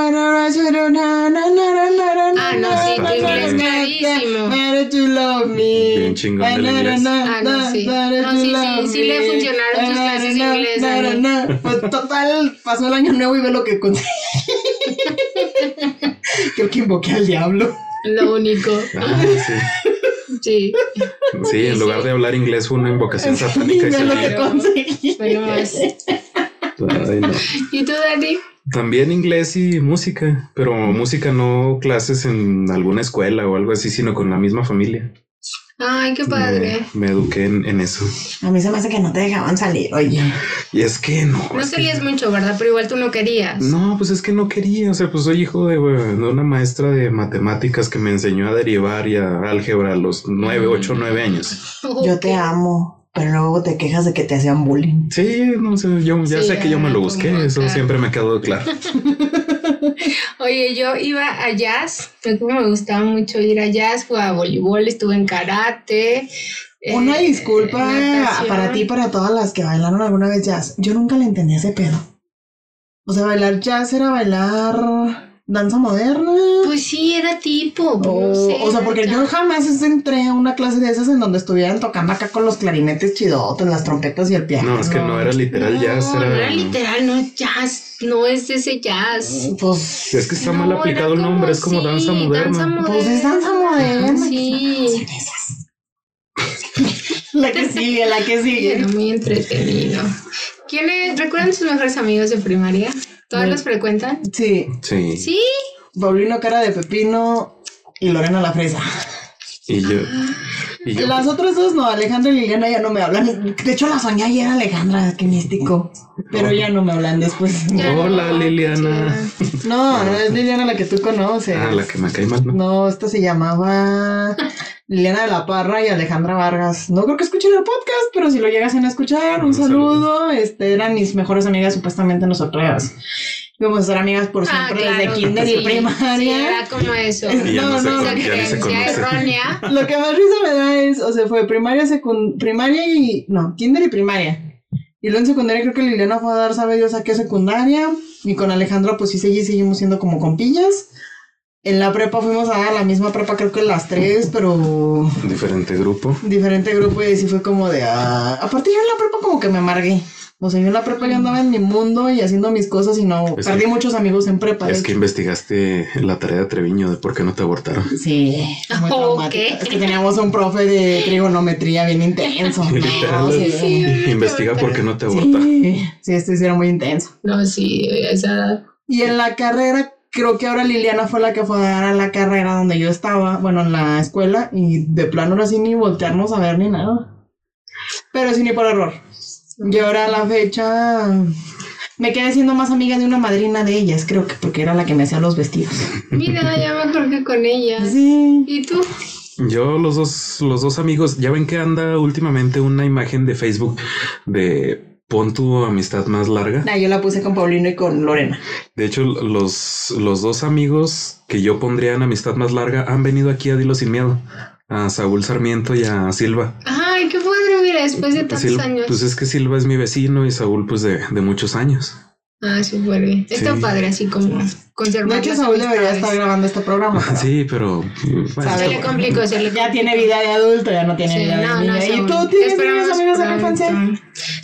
Speaker 1: Ah,
Speaker 2: no, sí, tu inglés
Speaker 3: Ah,
Speaker 2: clarísimo.
Speaker 1: Better to love me.
Speaker 3: Bien chingón del inglés.
Speaker 2: Ah, no, sí. No, sí, sí, sí le
Speaker 1: Ah,
Speaker 2: funcionaron tus clases de inglés, Dani.
Speaker 1: Pues total, pasó el año nuevo y ve lo que conseguí. [laughs] Creo que invoqué al diablo.
Speaker 2: Lo único.
Speaker 3: Ah, sí.
Speaker 2: Sí.
Speaker 3: Sí, en lugar de hablar inglés fue una
Speaker 1: [laughs]
Speaker 3: invocación
Speaker 1: Y
Speaker 3: satánica. y
Speaker 1: ve
Speaker 3: se
Speaker 1: lo
Speaker 3: olvidó.
Speaker 1: que conseguí.
Speaker 2: Pero más.
Speaker 3: Ay, no.
Speaker 2: ¿Y tú, Dani?
Speaker 3: También inglés y música, pero música no clases en alguna escuela o algo así, sino con la misma familia.
Speaker 2: Ay, qué padre.
Speaker 3: Me, me eduqué en, en eso.
Speaker 1: A mí se me hace que no te dejaban salir, oye.
Speaker 3: Y es que no.
Speaker 2: No
Speaker 1: Pues
Speaker 3: es que-
Speaker 2: salías mucho, ¿verdad? Pero igual tú no querías. [laughs]
Speaker 3: No, pues es que no quería, o sea, pues soy hijo de, eh, de una maestra de matemáticas que me enseñó a derivar y a álgebra a los nueve, ocho,
Speaker 2: Mm.
Speaker 3: nueve años.
Speaker 1: Yo te amo, pero luego te quejas de que te hacían bullying.
Speaker 3: Sí, no sé, yo ya
Speaker 2: Sí,
Speaker 3: sé que yo me
Speaker 2: ah,
Speaker 3: lo busqué,
Speaker 2: como
Speaker 3: eso
Speaker 2: acá.
Speaker 3: siempre me ha quedado
Speaker 2: [laughs]
Speaker 3: claro.
Speaker 2: [laughs] Oye, yo iba a jazz, fue como me gustaba mucho ir a jazz, jugaba a voleibol, estuve en karate. eh,
Speaker 1: Una disculpa
Speaker 2: natación.
Speaker 1: para ti y para todas las que bailaron alguna vez jazz. Yo nunca le entendí ese pedo. O sea, bailar jazz era bailar danza moderna.
Speaker 2: Pues sí, era tipo, pues,
Speaker 1: o,
Speaker 2: no sé,
Speaker 1: Oh, o sea,
Speaker 2: era
Speaker 1: porque yo
Speaker 2: jazz.
Speaker 1: jamás es- entré a una clase de esas en donde estuvieran tocando acá con los clarinetes chidotes, las trompetas y el piano.
Speaker 3: No, es que no era literal
Speaker 2: no,
Speaker 3: jazz,
Speaker 2: no
Speaker 3: era...
Speaker 2: era literal, no es jazz, no es ese jazz.
Speaker 1: Pues,
Speaker 3: Es que está mal
Speaker 2: No, era
Speaker 3: aplicado el
Speaker 2: como-
Speaker 3: nombre, es como
Speaker 2: sí,
Speaker 3: danza moderna.
Speaker 2: danza moderna.
Speaker 1: Pues es danza moderna.
Speaker 2: Sí,
Speaker 1: [laughs] la que sigue, la que
Speaker 2: era [laughs]
Speaker 1: sigue.
Speaker 2: muy entretenido. ¿Quiénes recuerdan sus mejores amigos de primaria? ¿Todas
Speaker 1: Bueno.
Speaker 2: los frecuentan?
Speaker 1: Sí,
Speaker 3: Sí.
Speaker 2: Sí.
Speaker 1: Paulino Cara de Pepino y Lorena La Fresa.
Speaker 3: Y yo, y yo
Speaker 1: Las otras dos no, Alejandra y Liliana ya no me hablan. De hecho, la soñé ayer, Alejandra, qué místico. Pero ya no me hablan después.
Speaker 2: Ya no,
Speaker 3: Hola, Liliana.
Speaker 2: sí,
Speaker 1: No, no es Liliana la que tú conoces.
Speaker 3: Ah, la que me cae mal, ¿no?
Speaker 1: No, esta se llamaba Liliana de la Parra y Alejandra Vargas. No creo que escuchen el podcast, pero si lo llegasen a escuchar, un,
Speaker 3: Un
Speaker 1: saludo. Este, eran mis mejores amigas, supuestamente nosotras. Íbamos a ser amigas por
Speaker 2: Ah,
Speaker 1: siempre
Speaker 2: claro,
Speaker 1: desde kinder
Speaker 2: sí,
Speaker 1: y primaria.
Speaker 2: Sí, era como eso.
Speaker 1: Es-
Speaker 3: Y ya
Speaker 1: no,
Speaker 3: no, se
Speaker 1: no,
Speaker 3: con-
Speaker 2: Esa
Speaker 1: la
Speaker 3: ya ni se
Speaker 2: creencia
Speaker 3: conoce.
Speaker 2: errónea.
Speaker 1: Lo que más risa me da es, o sea, fue primaria, secund primaria y. No, kinder y primaria. Y luego en secundaria creo que Liliana fue a dar, sabe Dios a qué secundaria. Y con Alejandra, pues sí, seguí, seguimos siendo como compillas. En la prepa fuimos a la misma prepa, creo que las tres, pero
Speaker 3: Diferente grupo.
Speaker 1: diferente grupo. Y sí fue como de. ah, Aparte, yo en la prepa como que me amargué. O sea, yo en la prepa yo andaba en mi mundo y haciendo mis cosas y no
Speaker 3: Es
Speaker 1: perdí
Speaker 3: que-
Speaker 1: muchos amigos en prepa. de
Speaker 3: Es que
Speaker 1: hecho.
Speaker 3: investigaste la tarea de Treviño de por qué no te abortaron.
Speaker 1: Sí, muy
Speaker 2: Ok.
Speaker 1: traumática. Es que teníamos un profe de trigonometría bien intenso.
Speaker 3: Literal.
Speaker 1: No, sí, sí.
Speaker 3: Investiga por qué no te abortaron.
Speaker 1: Sí, sí, este sí era muy intenso.
Speaker 2: No, sí, a esa edad.
Speaker 1: Y en la carrera, creo que ahora Liliana fue la que fue a dar a la carrera donde yo estaba, bueno, en la escuela, y de plano ahora sí ni voltearnos a ver ni nada. Pero sí ni por error. Y ahora a la fecha me quedé siendo más amiga de una madrina de ellas, creo que porque era la que me hacía los vestidos.
Speaker 2: Mira, ya mejor que con ella.
Speaker 1: Sí.
Speaker 2: ¿Y tú?
Speaker 3: Yo, los dos, los dos amigos, ya ven que anda últimamente una imagen de Facebook de pon tu amistad más larga.
Speaker 1: Ah, yo la puse con Paulino y con Lorena.
Speaker 3: De hecho, los, los dos amigos que yo pondría en amistad más larga han venido aquí a Dilo Sin Miedo, a Saúl Sarmiento y a Silva.
Speaker 2: Ay, qué padre, mira, después de tantos
Speaker 3: Sil-
Speaker 2: años.
Speaker 3: Pues es que Silva es mi vecino y Saúl, pues de, de muchos años.
Speaker 2: Ah, súper bien. Está
Speaker 3: Sí.
Speaker 2: padre, así como conservar.
Speaker 1: De hecho,
Speaker 2: las
Speaker 1: Saúl debería
Speaker 2: amistades.
Speaker 1: estar grabando este
Speaker 3: [laughs]
Speaker 1: programa. pero
Speaker 3: Sí, pero.
Speaker 1: Sabe
Speaker 3: bueno,
Speaker 2: Se
Speaker 3: está
Speaker 2: le
Speaker 3: bueno.
Speaker 2: complicó, se le
Speaker 1: Ya tiene vida de adulto, ya no tiene
Speaker 2: Sí,
Speaker 1: vida de
Speaker 2: no,
Speaker 1: niña.
Speaker 2: no,
Speaker 1: ¿Y
Speaker 2: Saúl.
Speaker 1: tú tienes
Speaker 2: Esperamos
Speaker 1: amigos, amigos de la
Speaker 2: pronto.
Speaker 1: infancia?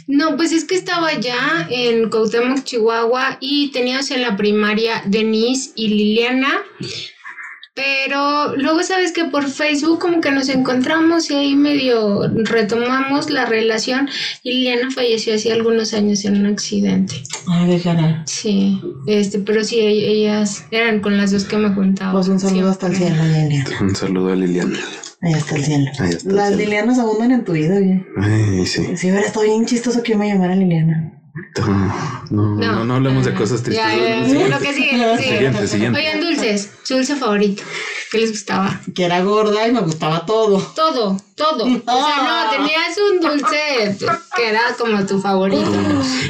Speaker 2: No, pues es que estaba allá en Cuauhtémoc, Chihuahua, y teníamos en la primaria Denise y Liliana. Pero luego sabes que por Facebook como que nos encontramos y ahí medio retomamos la relación y Liliana falleció hace algunos años en un accidente.
Speaker 1: Ay, qué caray.
Speaker 2: Sí, este, pero sí, e- ellas eran con las dos que me juntaba.
Speaker 1: Pues un saludo hasta el
Speaker 2: siempre.
Speaker 1: cielo, Liliana.
Speaker 3: Un saludo a Liliana.
Speaker 1: Ahí hasta el cielo.
Speaker 3: Ahí está el
Speaker 1: Las
Speaker 3: cielo.
Speaker 1: Lilianas abundan en tu vida, oye.
Speaker 3: Ay, sí.
Speaker 1: Si hubiera estado bien chistoso que yo me llamara Liliana.
Speaker 3: No, no, no, no hablemos de
Speaker 2: ah,
Speaker 3: cosas tristes.
Speaker 2: ya, ya, ya.
Speaker 3: Siguiente.
Speaker 2: Lo que sigue, sigue.
Speaker 3: Siguiente, siguiente.
Speaker 2: Oigan, dulces, su dulce favorito. ¿Qué les gustaba?
Speaker 1: Que era gorda y me gustaba todo.
Speaker 2: Todo, todo. O sea, no, tenías un dulce que era como tu favorito.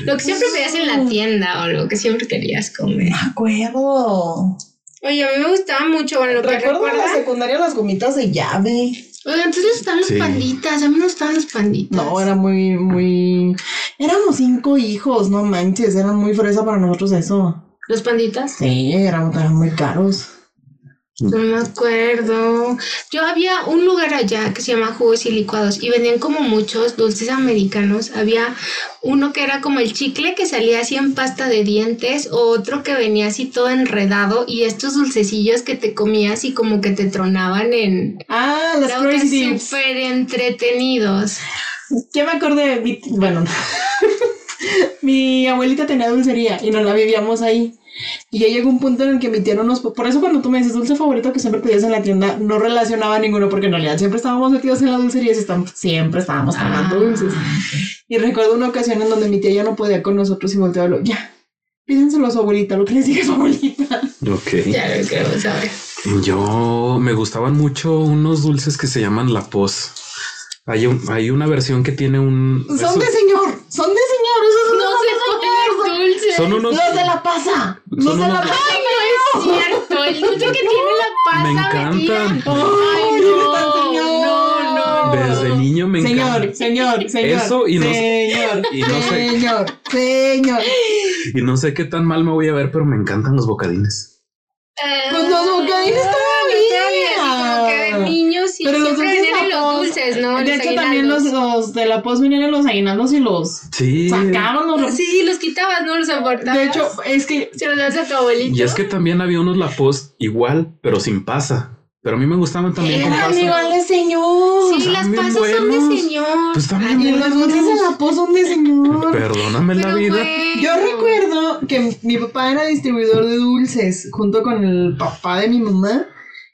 Speaker 2: Lo que siempre pedías en la tienda o lo que siempre querías comer.
Speaker 1: Me acuerdo.
Speaker 2: Oye, a mí me gustaba mucho bueno, lo que
Speaker 1: Recuerdo en la
Speaker 2: recuerda.
Speaker 1: secundaria las gomitas de llave.
Speaker 2: Oigan, entonces están los
Speaker 3: Sí.
Speaker 2: panditas. A mí me gustaban los panditas.
Speaker 1: No, era muy, muy. Éramos cinco hijos, no manches. Eran muy fresa para nosotros eso.
Speaker 2: ¿Los panditas?
Speaker 1: Sí, éramos, eran muy caros.
Speaker 2: No me acuerdo. Yo había un lugar allá que se llama Jugos y Licuados y vendían como muchos dulces americanos. Había uno que era como el chicle que salía así en pasta de dientes, o otro que venía así todo enredado y estos dulcecillos que te comías y como que te tronaban en...
Speaker 1: Ah, las
Speaker 2: Creo que
Speaker 1: Crazy Dips.
Speaker 2: súper entretenidos.
Speaker 1: Ya me acordé, mi t- bueno, [laughs] mi abuelita tenía dulcería y nos la vivíamos ahí. Y ya llegó un punto en el que mi tía no nos... Por eso cuando tú me dices dulce favorito que siempre pedías en la tienda, no relacionaba ninguno porque en realidad siempre estábamos metidos en la dulcería y estam- siempre estábamos
Speaker 3: Ah,
Speaker 2: Ah.
Speaker 1: tomando dulces. Y recuerdo una ocasión en donde mi tía ya no podía con nosotros y volteó a hablar, ya, pídenselo a su abuelita, lo que les diga su abuelita.
Speaker 3: Ok.
Speaker 2: Ya lo que vos sabes.
Speaker 3: Yo me gustaban mucho unos dulces que se llaman La Pos. Hay, un- hay una versión que tiene un.
Speaker 1: Son de
Speaker 3: Pues eso-
Speaker 1: señor, son de señor, esos son
Speaker 2: No se
Speaker 1: de
Speaker 2: ponen dulces.
Speaker 3: son unos.
Speaker 1: Los de la pasa, los
Speaker 3: Son
Speaker 1: de la
Speaker 3: unos- ¡Ah!
Speaker 1: pasa.
Speaker 2: Ay, no es cierto. El dulce que tiene la pasta
Speaker 3: Me
Speaker 2: metida.
Speaker 3: encantan.
Speaker 2: Ay,
Speaker 1: Ay,
Speaker 2: no,
Speaker 1: tan señor.
Speaker 2: no, no.
Speaker 3: Desde niño me
Speaker 1: Señor,
Speaker 3: encantan.
Speaker 1: señor, señor.
Speaker 3: Eso y no sé-
Speaker 1: Señor,
Speaker 3: y no sé-
Speaker 1: señor, señor.
Speaker 3: Y no sé qué tan mal me voy a ver, pero me encantan los bocadines.
Speaker 1: Pues los bocadines
Speaker 2: Ah, Como que de
Speaker 1: todavía.
Speaker 2: niños y
Speaker 1: Pero los
Speaker 2: siempre
Speaker 1: dulces
Speaker 2: venían en los
Speaker 1: tapos.
Speaker 2: dulces, ¿no?
Speaker 1: De
Speaker 2: Los
Speaker 1: hecho, también los,
Speaker 2: aguinaldos.
Speaker 1: los de la post vinieron los aguinaldos y los
Speaker 3: Sí.
Speaker 1: sacaron. Los...
Speaker 2: Sí, los quitabas, no los abortabas.
Speaker 1: De hecho, es que
Speaker 2: se los das a tu abuelito.
Speaker 3: Y es que también había unos La Pos igual, pero sin pasa. Pero a mí me gustaban también con
Speaker 2: Eran
Speaker 3: pasa.
Speaker 2: igual.
Speaker 1: iguales, señor.
Speaker 2: Sí, las
Speaker 3: Están bien
Speaker 2: pasas son de
Speaker 3: buenos.
Speaker 2: señor.
Speaker 3: Pues están
Speaker 2: Ay,
Speaker 1: Y
Speaker 3: bien
Speaker 2: no,
Speaker 1: los dulces de la post son de señor.
Speaker 3: Perdóname la
Speaker 2: pero
Speaker 3: vida.
Speaker 2: bueno.
Speaker 1: Yo recuerdo que mi papá era distribuidor de dulces junto con el papá de mi mamá.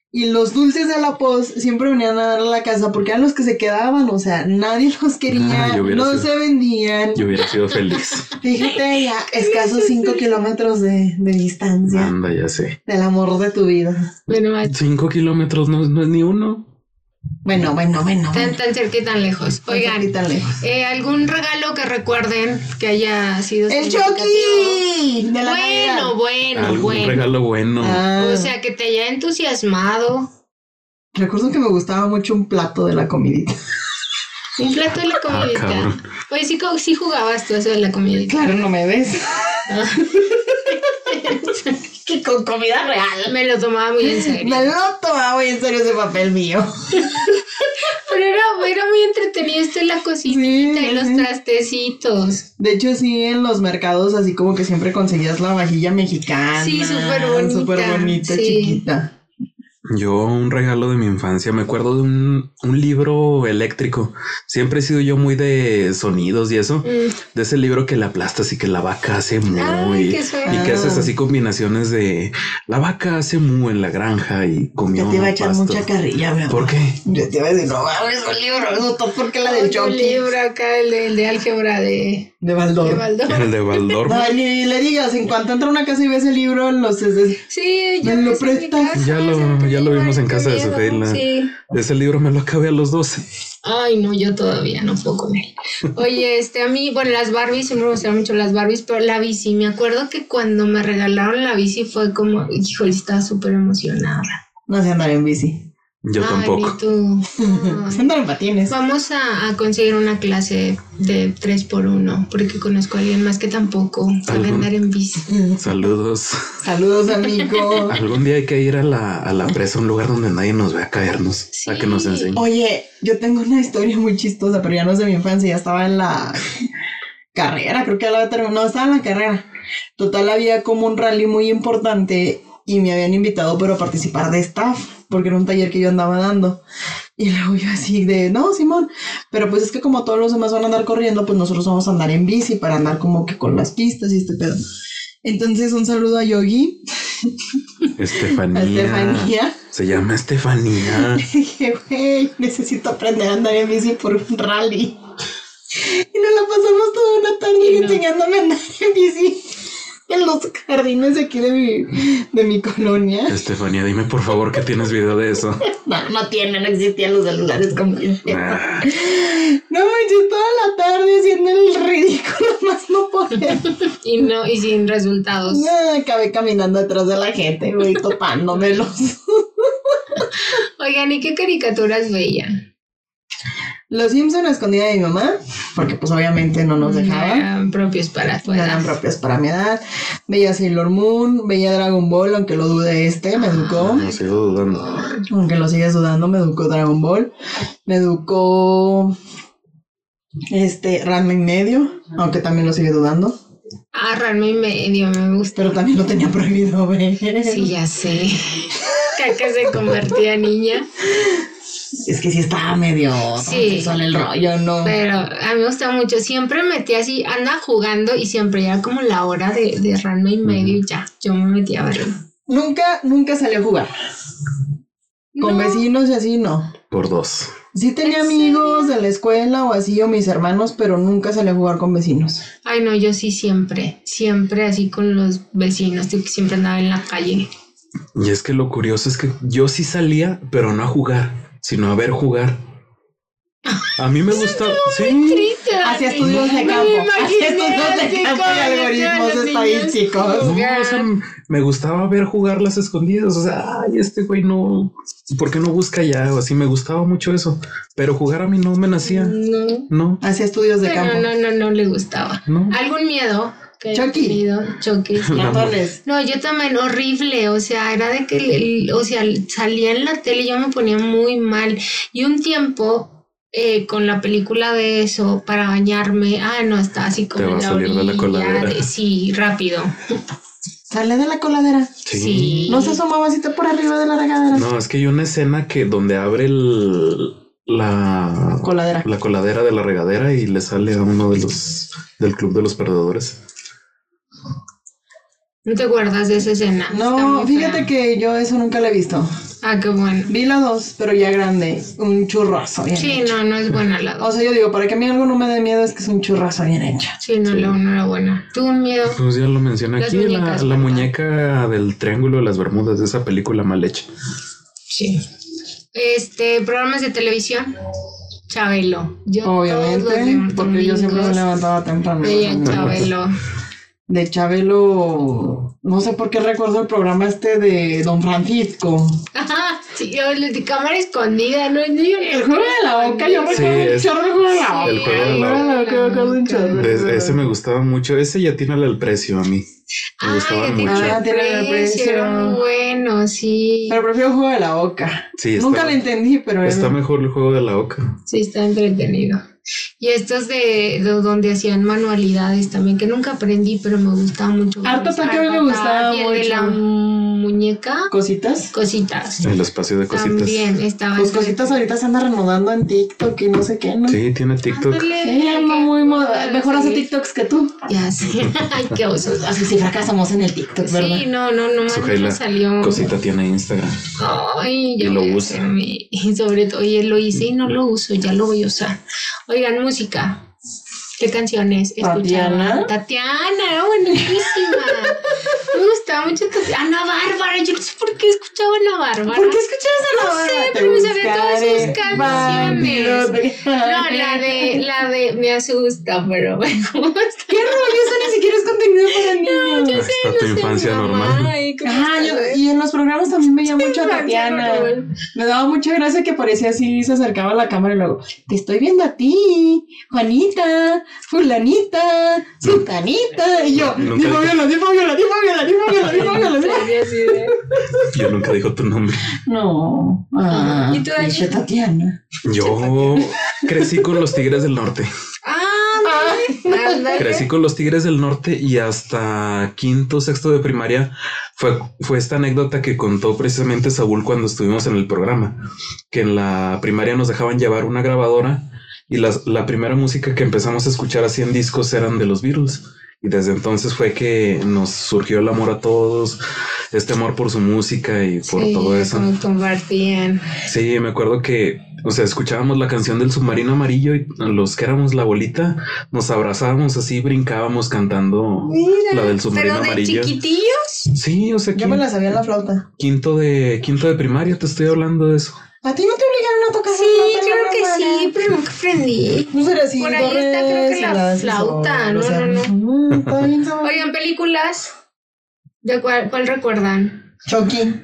Speaker 1: Y los dulces de la pos siempre venían a dar a la casa porque eran los que se quedaban, o sea, nadie los quería,
Speaker 3: Ah, yo hubiera
Speaker 1: no
Speaker 3: sido-
Speaker 1: se vendían.
Speaker 3: Yo hubiera sido feliz.
Speaker 2: [laughs]
Speaker 1: Fíjate, ya escasos 5 kilómetros de, de
Speaker 2: Ah.
Speaker 1: distancia
Speaker 3: Anda, ya sé.
Speaker 1: del amor de tu vida.
Speaker 2: Bueno, más.
Speaker 3: Cinco kilómetros no, no es ni uno.
Speaker 1: Bueno, bueno, bueno.
Speaker 2: Tan, tan cerca y tan lejos. Oigan,
Speaker 1: Quítale.
Speaker 2: eh, ¿algún regalo que recuerden que haya sido
Speaker 1: ¡El
Speaker 2: significativo?
Speaker 1: Chucky! De la
Speaker 2: Bueno,
Speaker 1: Navidad.
Speaker 2: bueno,
Speaker 3: Algún
Speaker 2: bueno.
Speaker 3: regalo bueno.
Speaker 1: Ah,
Speaker 2: O sea, que te haya entusiasmado.
Speaker 1: recuerdo que me gustaba mucho un plato de la comidita.
Speaker 2: Un plato de la
Speaker 3: Ah,
Speaker 2: comidita.
Speaker 3: cabrón.
Speaker 2: pues sí, co- sí jugabas tú eso de la comidita.
Speaker 1: Claro, no me
Speaker 2: [laughs]
Speaker 1: ves. que con comida real.
Speaker 2: Me lo tomaba muy en serio.
Speaker 1: Me lo tomaba muy en serio ese papel mío.
Speaker 2: Pero era, era muy tenía este la cocinita
Speaker 1: Sí,
Speaker 2: y los
Speaker 1: sí.
Speaker 2: trastecitos.
Speaker 1: De hecho, sí, en los mercados, así como que siempre conseguías la vajilla mexicana.
Speaker 2: Sí, súper bonita,
Speaker 1: Súper bonita,
Speaker 2: sí.
Speaker 1: chiquita.
Speaker 3: Yo un regalo de mi infancia, me acuerdo de un, un libro eléctrico. Siempre he sido yo muy de sonidos y eso.
Speaker 2: Mm.
Speaker 3: De ese libro que la aplastas y que la vaca hace muy...
Speaker 2: Ay, qué suave.
Speaker 3: Y que
Speaker 1: Ah.
Speaker 3: haces así combinaciones de la vaca hace mu en la granja y comió.
Speaker 1: Ya te va a echar
Speaker 3: pasto.
Speaker 1: mucha carrilla, mi amor.
Speaker 3: ¿Por qué?
Speaker 1: Ya te va a decir, no mames, un libro, no, todo porque la del
Speaker 2: Otro
Speaker 1: Chucky.
Speaker 2: libro acá, el de, el de álgebra de,
Speaker 1: De
Speaker 2: de
Speaker 1: Baldor.
Speaker 2: Baldor.
Speaker 3: El de
Speaker 1: [laughs]
Speaker 3: Baldor.
Speaker 1: No, ni le digas, en cuanto entra a una casa y ves el libro, los es- es-
Speaker 2: Sí, ya
Speaker 1: Me lo
Speaker 2: ves en mi
Speaker 1: prestas.
Speaker 2: casa,
Speaker 3: Ya lo-
Speaker 2: siempre
Speaker 3: ya lo
Speaker 2: llevo
Speaker 3: vimos en
Speaker 2: este
Speaker 3: casa de
Speaker 2: miedo,
Speaker 3: Sofía, la-
Speaker 2: Sí.
Speaker 3: Ese libro me lo acabé a los 12.
Speaker 2: Ay, no, yo todavía no puedo con él. Oye, este, a mí, bueno, las Barbies, siempre me gustaron mucho las Barbies, pero la bici, me acuerdo que cuando me regalaron la bici fue como, híjole, estaba súper emocionada.
Speaker 1: no sé andar en bici.
Speaker 3: Yo
Speaker 2: Ay,
Speaker 3: tampoco.
Speaker 2: ni tú.
Speaker 1: Sé [laughs]
Speaker 2: Ay.
Speaker 1: andar en patines.
Speaker 2: Vamos a, a conseguir una clase de 3x1, porque conozco a alguien más que tampoco sabe
Speaker 3: Ajá.
Speaker 2: andar en bici.
Speaker 3: Saludos.
Speaker 1: Saludos, amigo.
Speaker 3: Algún día hay que ir a la, a la presa, un lugar donde nadie nos vea caernos, a que nos
Speaker 2: Sí.
Speaker 3: enseñe.
Speaker 1: Oye, yo tengo una historia muy chistosa, pero ya no es de mi infancia, ya estaba en la carrera, creo que ya la había terminado, no, estaba en la carrera. Total, había como un rally muy importante y me habían invitado, pero a participar de staff, porque era un taller que yo andaba dando. Y luego yo así de, no, Simón, pero pues es que como todos los demás van a andar corriendo, pues nosotros vamos a andar en bici para andar como que con las pistas y este pedo. Entonces, un saludo a Yogi, a
Speaker 3: Estefanía.
Speaker 1: Estefanía.
Speaker 3: Se llama Estefanía.
Speaker 2: [laughs]
Speaker 1: [laughs] dije, güey, necesito aprender a andar en bici por un rally. Y nos la pasamos toda una tarde
Speaker 2: Y no.
Speaker 1: enseñándome a andar en bici en los jardines de aquí de mi, de mi colonia.
Speaker 3: Estefanía, dime por favor que tienes video de eso.
Speaker 1: No, no tiene, no existían los celulares como yo.
Speaker 3: Ah,
Speaker 1: No manches, toda la tarde haciendo el ridículo, [laughs] más no [laughs] poder.
Speaker 2: Y no, y sin resultados.
Speaker 1: Nah, acabé caminando detrás de la gente, güey, [laughs] topándomelos.
Speaker 2: Oigan, ¿y qué caricaturas veían?
Speaker 1: Los Simpson a escondida de mi mamá, porque pues obviamente no nos dejaban.
Speaker 2: Eran propios para
Speaker 1: No eran
Speaker 2: afuera.
Speaker 1: propias para mi edad. Veía Sailor Moon, veía Dragon Ball, aunque lo dude este, me
Speaker 2: Ah,
Speaker 1: educó.
Speaker 3: no sigo dudando.
Speaker 1: Aunque lo sigues dudando, me educó Dragon Ball. Me educó este Ramen Medio, aunque también lo sigue dudando.
Speaker 2: Ah, Ranma y medio, me gusta.
Speaker 1: Pero también lo tenía prohibido ver.
Speaker 2: Sí, ya sé. [laughs] Caca se convertía en niña.
Speaker 1: Es que sí estaba medio
Speaker 2: Sí.
Speaker 1: son el rollo, ¿no?
Speaker 2: Pero a mí me gustaba mucho. Siempre metía así, andaba jugando y siempre ya era como la hora de, de Ranma y medio y ya. Yo me metía a verlo.
Speaker 1: Nunca, nunca salió a jugar. Con
Speaker 2: No,
Speaker 1: vecinos y así no.
Speaker 3: Por dos.
Speaker 1: Sí tenía
Speaker 2: ¿En
Speaker 1: amigos de la escuela o así, o mis hermanos, pero nunca salí a jugar con vecinos.
Speaker 2: Ay, no, yo sí siempre. Siempre así con los vecinos, de que siempre andaba en la calle.
Speaker 3: Y es que lo curioso es que yo sí salía, pero no a jugar, sino a ver jugar. A
Speaker 2: [laughs]
Speaker 3: mí me gusta. Sí.
Speaker 2: Triste,
Speaker 1: Hacia
Speaker 2: Dani.
Speaker 1: estudios de
Speaker 2: Me
Speaker 1: campo. Hacia
Speaker 2: imaginé
Speaker 1: estudios de
Speaker 2: así
Speaker 1: campo
Speaker 2: como
Speaker 1: y algoritmos
Speaker 2: los
Speaker 1: estadísticos.
Speaker 2: niños
Speaker 3: No, o sea,
Speaker 2: jugar.
Speaker 3: me gustaba ver jugar las escondidas. O sea, ay, este güey no. ¿Por qué no busca ya? O así me gustaba mucho eso. Pero jugar a mí no me
Speaker 2: Mm.
Speaker 3: nacía.
Speaker 2: No,
Speaker 3: No,
Speaker 1: Hacia estudios de
Speaker 2: pero
Speaker 1: campo.
Speaker 2: no, no, no le gustaba.
Speaker 3: no.
Speaker 2: ¿Algún miedo? que haya
Speaker 1: Chucky.
Speaker 2: tenido? Chucky. sí.
Speaker 1: Ratones.
Speaker 2: No, yo también horrible, o sea, era de que, el- o sea, salía en la tele y yo me ponía muy mal. Y un tiempo eh, con la película de eso, para bañarme, ah, no, estaba así como
Speaker 3: Te
Speaker 2: en
Speaker 3: va a
Speaker 2: la
Speaker 3: salir de la
Speaker 2: orilla,
Speaker 3: coladera.
Speaker 2: de- sí, rápido.
Speaker 1: Sale de la coladera.
Speaker 3: Sí.
Speaker 2: Sí.
Speaker 1: No se asomaba así por arriba de la regadera.
Speaker 3: No, es que hay una escena que donde abre el, la,
Speaker 1: Coladera.
Speaker 3: la coladera de la regadera y le sale a uno de los del club de los perdedores.
Speaker 2: ¿No te acuerdas de esa escena? Está
Speaker 1: No,
Speaker 2: muy
Speaker 1: fíjate
Speaker 2: fea.
Speaker 1: que yo eso nunca lo he visto.
Speaker 2: Ah, qué bueno.
Speaker 1: Vi la dos, pero ya grande. Un churrazo bien
Speaker 2: Sí,
Speaker 1: hecho.
Speaker 2: no, no es buena la
Speaker 1: O
Speaker 2: dos.
Speaker 1: sea, yo digo, para que a mí algo no me dé miedo es que es un churrazo bien hecho.
Speaker 2: Sí, no,
Speaker 3: sí.
Speaker 2: la uno era buena. Tuvo un miedo.
Speaker 3: Pues ya lo mencioné
Speaker 2: Las
Speaker 3: aquí, la-
Speaker 2: muñecas,
Speaker 3: la,
Speaker 2: ¿verdad?
Speaker 3: muñeca del Triángulo de las Bermudas de esa película mal hecha.
Speaker 2: Sí. Este, programas de televisión. Chabelo. Yo todos los
Speaker 1: Obviamente,
Speaker 2: dom-
Speaker 1: porque yo siempre me
Speaker 2: domingos
Speaker 1: levantaba temprano.
Speaker 2: Veía Chabelo.
Speaker 1: de Chabelo, no sé por qué recuerdo el programa este de Don Francisco.
Speaker 2: Ajá, sí, yo le di cámara escondida, ¿no? Yo-
Speaker 1: El juego de la boca, yo me
Speaker 3: Sí,
Speaker 1: acuerdo un
Speaker 3: es-
Speaker 1: chorro del juego de la boca.
Speaker 3: el juego de la
Speaker 1: yo me acuerdo un chorro.
Speaker 3: De- de ese me gustaba mucho. Ese ya tiene el precio a mí. Me
Speaker 2: Ah,
Speaker 3: gustaba
Speaker 2: ya
Speaker 3: mucho.
Speaker 2: tiene
Speaker 1: Ah, tiene
Speaker 2: el precio, era
Speaker 1: precio.
Speaker 2: muy bueno, sí.
Speaker 1: Pero prefiero el juego de la boca.
Speaker 3: Sí, está,
Speaker 1: Nunca lo entendí, pero era-
Speaker 3: está mejor el juego de la oca.
Speaker 2: Sí, está entretenido. Y estos de, de donde hacían manualidades también, que nunca aprendí, pero me gustaba mucho. Pues,
Speaker 1: Harto
Speaker 2: Harto
Speaker 1: tanque me
Speaker 2: Tanque,
Speaker 1: gustaba
Speaker 2: y el de la
Speaker 1: mucho.
Speaker 2: muñeca,
Speaker 1: cositas.
Speaker 2: cositas.
Speaker 3: El espacio de cositas.
Speaker 2: También estaba.
Speaker 1: Pues cositas ahorita se andan reanudando en TikTok y no sé qué, ¿no?
Speaker 3: Sí, tiene TikTok.
Speaker 2: Ándale,
Speaker 1: Sí, ando
Speaker 2: que-
Speaker 1: muy moda. Mejor hace TikToks que tú.
Speaker 2: Ya sé. [laughs] Ay, qué
Speaker 1: [laughs]
Speaker 2: oso.
Speaker 1: Así si fracasamos en el TikTok, ¿verdad?
Speaker 2: Sí, no, no, no, más
Speaker 3: Sujaila,
Speaker 2: no salió.
Speaker 3: Cosita tiene Instagram.
Speaker 2: Ay, ya
Speaker 3: Y lo
Speaker 2: voy a
Speaker 3: usa.
Speaker 2: hacerme- [laughs] Y sobre todo, oye, lo hice y no lo uso, ya lo voy a usar. Oigan, música. ¿Qué canciones escuchaban?
Speaker 1: Tatiana.
Speaker 2: Tatiana, era buenísima. Me gustaba mucho Tatiana. Ana Bárbara, yo no sé por qué escuchaba a Ana Bárbara.
Speaker 1: ¿Por qué escuchabas a la
Speaker 2: No sé,
Speaker 1: banda?
Speaker 2: pero me sabía todas sus
Speaker 1: buscaré,
Speaker 2: canciones.
Speaker 1: bandido,
Speaker 2: No, la de, la de, me asusta, pero me gusta.
Speaker 1: ¿Qué rollo? Eso ni siquiera es contenido
Speaker 2: [laughs]
Speaker 1: para niños.
Speaker 3: Hasta tu infancia normal.
Speaker 2: Ay, ¿cómo
Speaker 1: Ajá,
Speaker 2: estás?
Speaker 1: yo- y en los programas también veía mucho a Tatiana.
Speaker 2: Normal.
Speaker 1: Me daba mucha gracia que parecía así, se acercaba a la cámara y luego, te estoy viendo a ti, Juanita, fulanita, sultanita. Y yo,
Speaker 3: Nunca-
Speaker 1: di Fabiola, di Fabiola, di Fabiola, di Fabiola, di Fabiola,
Speaker 2: [laughs]
Speaker 1: di Fabiola.
Speaker 2: Sí, así de-
Speaker 3: Yo nunca dijo tu nombre.
Speaker 1: No, ah,
Speaker 2: ¿Y tú, Dani?
Speaker 1: pinche Tatiana.
Speaker 2: [laughs]
Speaker 3: Yo crecí con los Tigres del Norte.
Speaker 2: Ah, ándale.
Speaker 3: Crecí con los Tigres del Norte y hasta quinto, sexto de primaria fue, fue esta anécdota que contó precisamente Saúl cuando estuvimos en el programa, que en la primaria nos dejaban llevar una grabadora y las- la primera música que empezamos a escuchar así en discos eran de los Beatles. Y desde entonces fue que nos surgió el amor a todos, este amor por su música y por
Speaker 2: Sí,
Speaker 3: todo eso.
Speaker 2: como compartían.
Speaker 3: Sí, me acuerdo que, o sea, escuchábamos la canción del submarino amarillo y los que éramos la bolita nos abrazábamos así, brincábamos cantando la del submarino
Speaker 2: pero de
Speaker 3: amarillo.
Speaker 2: chiquitillos.
Speaker 3: Sí, o sea,
Speaker 1: Yo me
Speaker 3: quin-
Speaker 1: la sabía en la flauta.
Speaker 3: quinto de quinto de primaria te estoy hablando de eso.
Speaker 1: ¿A ti no te obligaron a tocar
Speaker 2: Sí,
Speaker 1: la flauta,
Speaker 2: claro que
Speaker 1: Bárbara?
Speaker 2: sí, pero nunca aprendí.
Speaker 1: No será así.
Speaker 2: Por ahí
Speaker 1: do,
Speaker 2: está,
Speaker 1: re,
Speaker 2: creo que
Speaker 1: si
Speaker 2: la
Speaker 1: das,
Speaker 2: flauta,
Speaker 1: sol,
Speaker 2: no, no,
Speaker 1: mm, Está bien, está bien.
Speaker 2: Oigan, películas. ¿De cuál, cuál recuerdan?
Speaker 1: Chucky.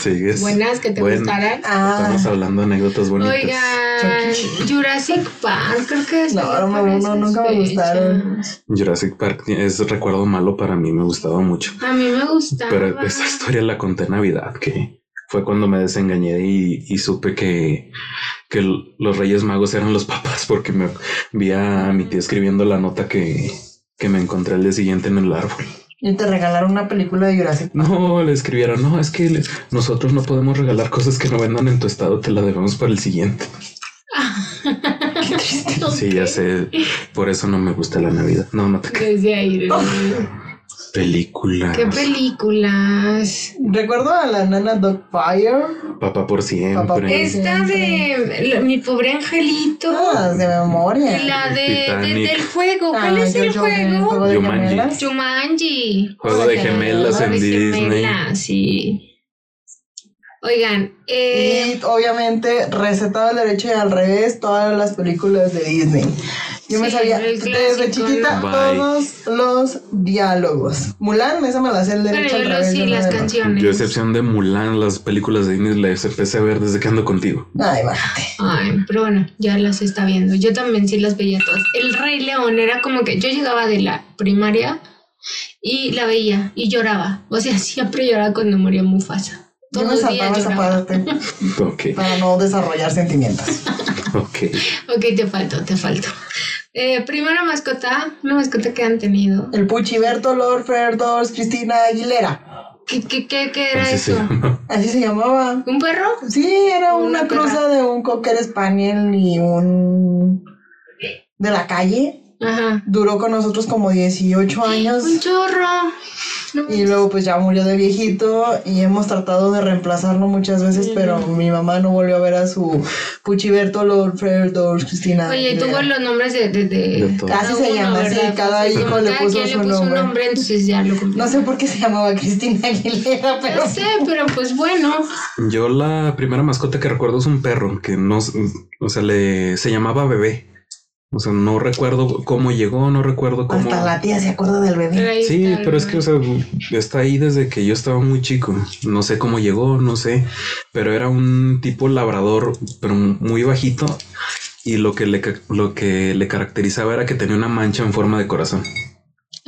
Speaker 3: Sigues.
Speaker 2: Buenas que te
Speaker 3: Bueno.
Speaker 2: gustaran.
Speaker 1: Ah,
Speaker 3: Estamos hablando de anécdotas bonitas.
Speaker 2: Oigan, Jurassic Park, creo que es.
Speaker 1: no, no, no, no, nunca me gustaron.
Speaker 3: Jurassic Park es recuerdo malo para mí, me gustaba mucho.
Speaker 2: A mí me gustaba.
Speaker 3: Pero esta historia la conté en Navidad, que fue cuando me desengañé y, y supe que, que l- los Reyes Magos eran los [laughs] papás, porque me vi a mi tía escribiendo la nota que, que me encontré el día siguiente en el árbol.
Speaker 1: y te regalaron una película de Jurassic Park.
Speaker 3: No, le escribieron, no, es que le- nosotros no podemos regalar cosas que no vendan en tu estado, te la debemos para el siguiente.
Speaker 1: Qué triste.
Speaker 2: [laughs]
Speaker 3: Sí, ya sé, por eso no me gusta la Navidad. No, no te creas.
Speaker 2: Desde ahí. desde ahí.
Speaker 3: Película.
Speaker 2: ¿Qué películas?
Speaker 1: Recuerdo a la nana Dogfire.
Speaker 3: Papá por siempre.
Speaker 1: por siempre.
Speaker 2: Esta de la- mi pobre angelito.
Speaker 1: Todas Ah, de
Speaker 2: y
Speaker 1: memoria.
Speaker 2: Oh. la de, de-
Speaker 3: Titanic.
Speaker 2: del juego. ¿Cuál
Speaker 1: Oh, Ah,
Speaker 2: es
Speaker 1: yo-
Speaker 2: el
Speaker 1: yo-
Speaker 2: juego?
Speaker 1: de
Speaker 3: Jumanji.
Speaker 1: gemelas.
Speaker 2: Jumanji.
Speaker 3: Juego de gemelas en
Speaker 2: Juego de
Speaker 3: Disney.
Speaker 2: gemelas, Sí. Oigan, eh,
Speaker 1: Y obviamente recetado al derecho y al revés todas las películas de Disney. Yo me
Speaker 2: Sí,
Speaker 1: sabía
Speaker 2: el
Speaker 1: desde
Speaker 2: clásico,
Speaker 1: chiquita
Speaker 3: ¿no? Bye.
Speaker 1: todos los diálogos. Mulan, esa me la sé el
Speaker 2: pero
Speaker 1: derecho
Speaker 2: yo
Speaker 1: al
Speaker 2: lo
Speaker 1: revés.
Speaker 2: sí,
Speaker 1: yo me
Speaker 2: las
Speaker 1: la-
Speaker 2: canciones.
Speaker 3: Yo, a excepción de Mulan, las películas de Disney las empecé a ver desde que ando contigo.
Speaker 1: Ay, bájate.
Speaker 2: Ay, pero bueno, ya las está viendo. Yo también sí las veía todas. El Rey León era como que yo llegaba de la primaria y la veía y lloraba. O sea, [laughs] siempre lloraba cuando moría Mufasa.
Speaker 1: Yo
Speaker 2: Todos
Speaker 1: me
Speaker 2: los días
Speaker 1: saltaba esa
Speaker 2: lloraba.
Speaker 1: parte
Speaker 3: Ok, [laughs]
Speaker 1: para no desarrollar sentimientos.
Speaker 3: ok.
Speaker 2: Ok, te faltó, te faltó. Eh, primera mascota, una mascota que han tenido.
Speaker 1: El Puchiberto, Lord Ferdors, Cristina Aguilera.
Speaker 2: ¿Qué, qué, qué, qué era
Speaker 3: Así se
Speaker 2: eso?
Speaker 3: llama.
Speaker 1: Así se llamaba.
Speaker 2: ¿Un perro?
Speaker 1: Sí, era
Speaker 2: Una
Speaker 1: una,
Speaker 2: perra.
Speaker 1: cruza de un Cocker Spaniel y un de la calle.
Speaker 2: Ajá.
Speaker 1: Duró con nosotros como 18 años.
Speaker 2: Un chorro. No,
Speaker 1: Y luego pues ya murió de viejito y hemos tratado de reemplazarlo muchas veces, pero mi mamá no volvió a ver a su Puchiberto, Lord Ferdors, Cristina.
Speaker 2: Oye, y tuvo
Speaker 1: Aguilera.
Speaker 2: los nombres de... de, de-
Speaker 3: De todo.
Speaker 1: Así
Speaker 2: cada
Speaker 1: se
Speaker 2: uno,
Speaker 1: llama, sí,
Speaker 2: ¿verdad?
Speaker 1: cada
Speaker 2: Así se
Speaker 1: hijo
Speaker 2: llama,
Speaker 1: le
Speaker 2: cada
Speaker 1: puso
Speaker 2: quien
Speaker 1: su
Speaker 2: le puso
Speaker 1: nombre.
Speaker 2: un nombre, entonces ya lo cumplió.
Speaker 1: No sé por qué se llamaba Cristina Aguilera, pero...
Speaker 2: No sé, pero pues bueno.
Speaker 3: Yo la primera mascota que recuerdo es un perro que no, s- o sea, le se llamaba bebé. O sea, no recuerdo cómo llegó, no recuerdo cómo.
Speaker 1: Hasta la tía se acuerda del bebé.
Speaker 2: ahí
Speaker 3: Sí,
Speaker 2: está,
Speaker 3: pero es
Speaker 2: ¿no?
Speaker 3: que, o sea, está ahí desde que yo estaba muy chico. No sé cómo llegó, no sé, pero era un tipo labrador, pero muy bajito. Y lo que le, ca- lo que le caracterizaba era que tenía una mancha en forma de corazón.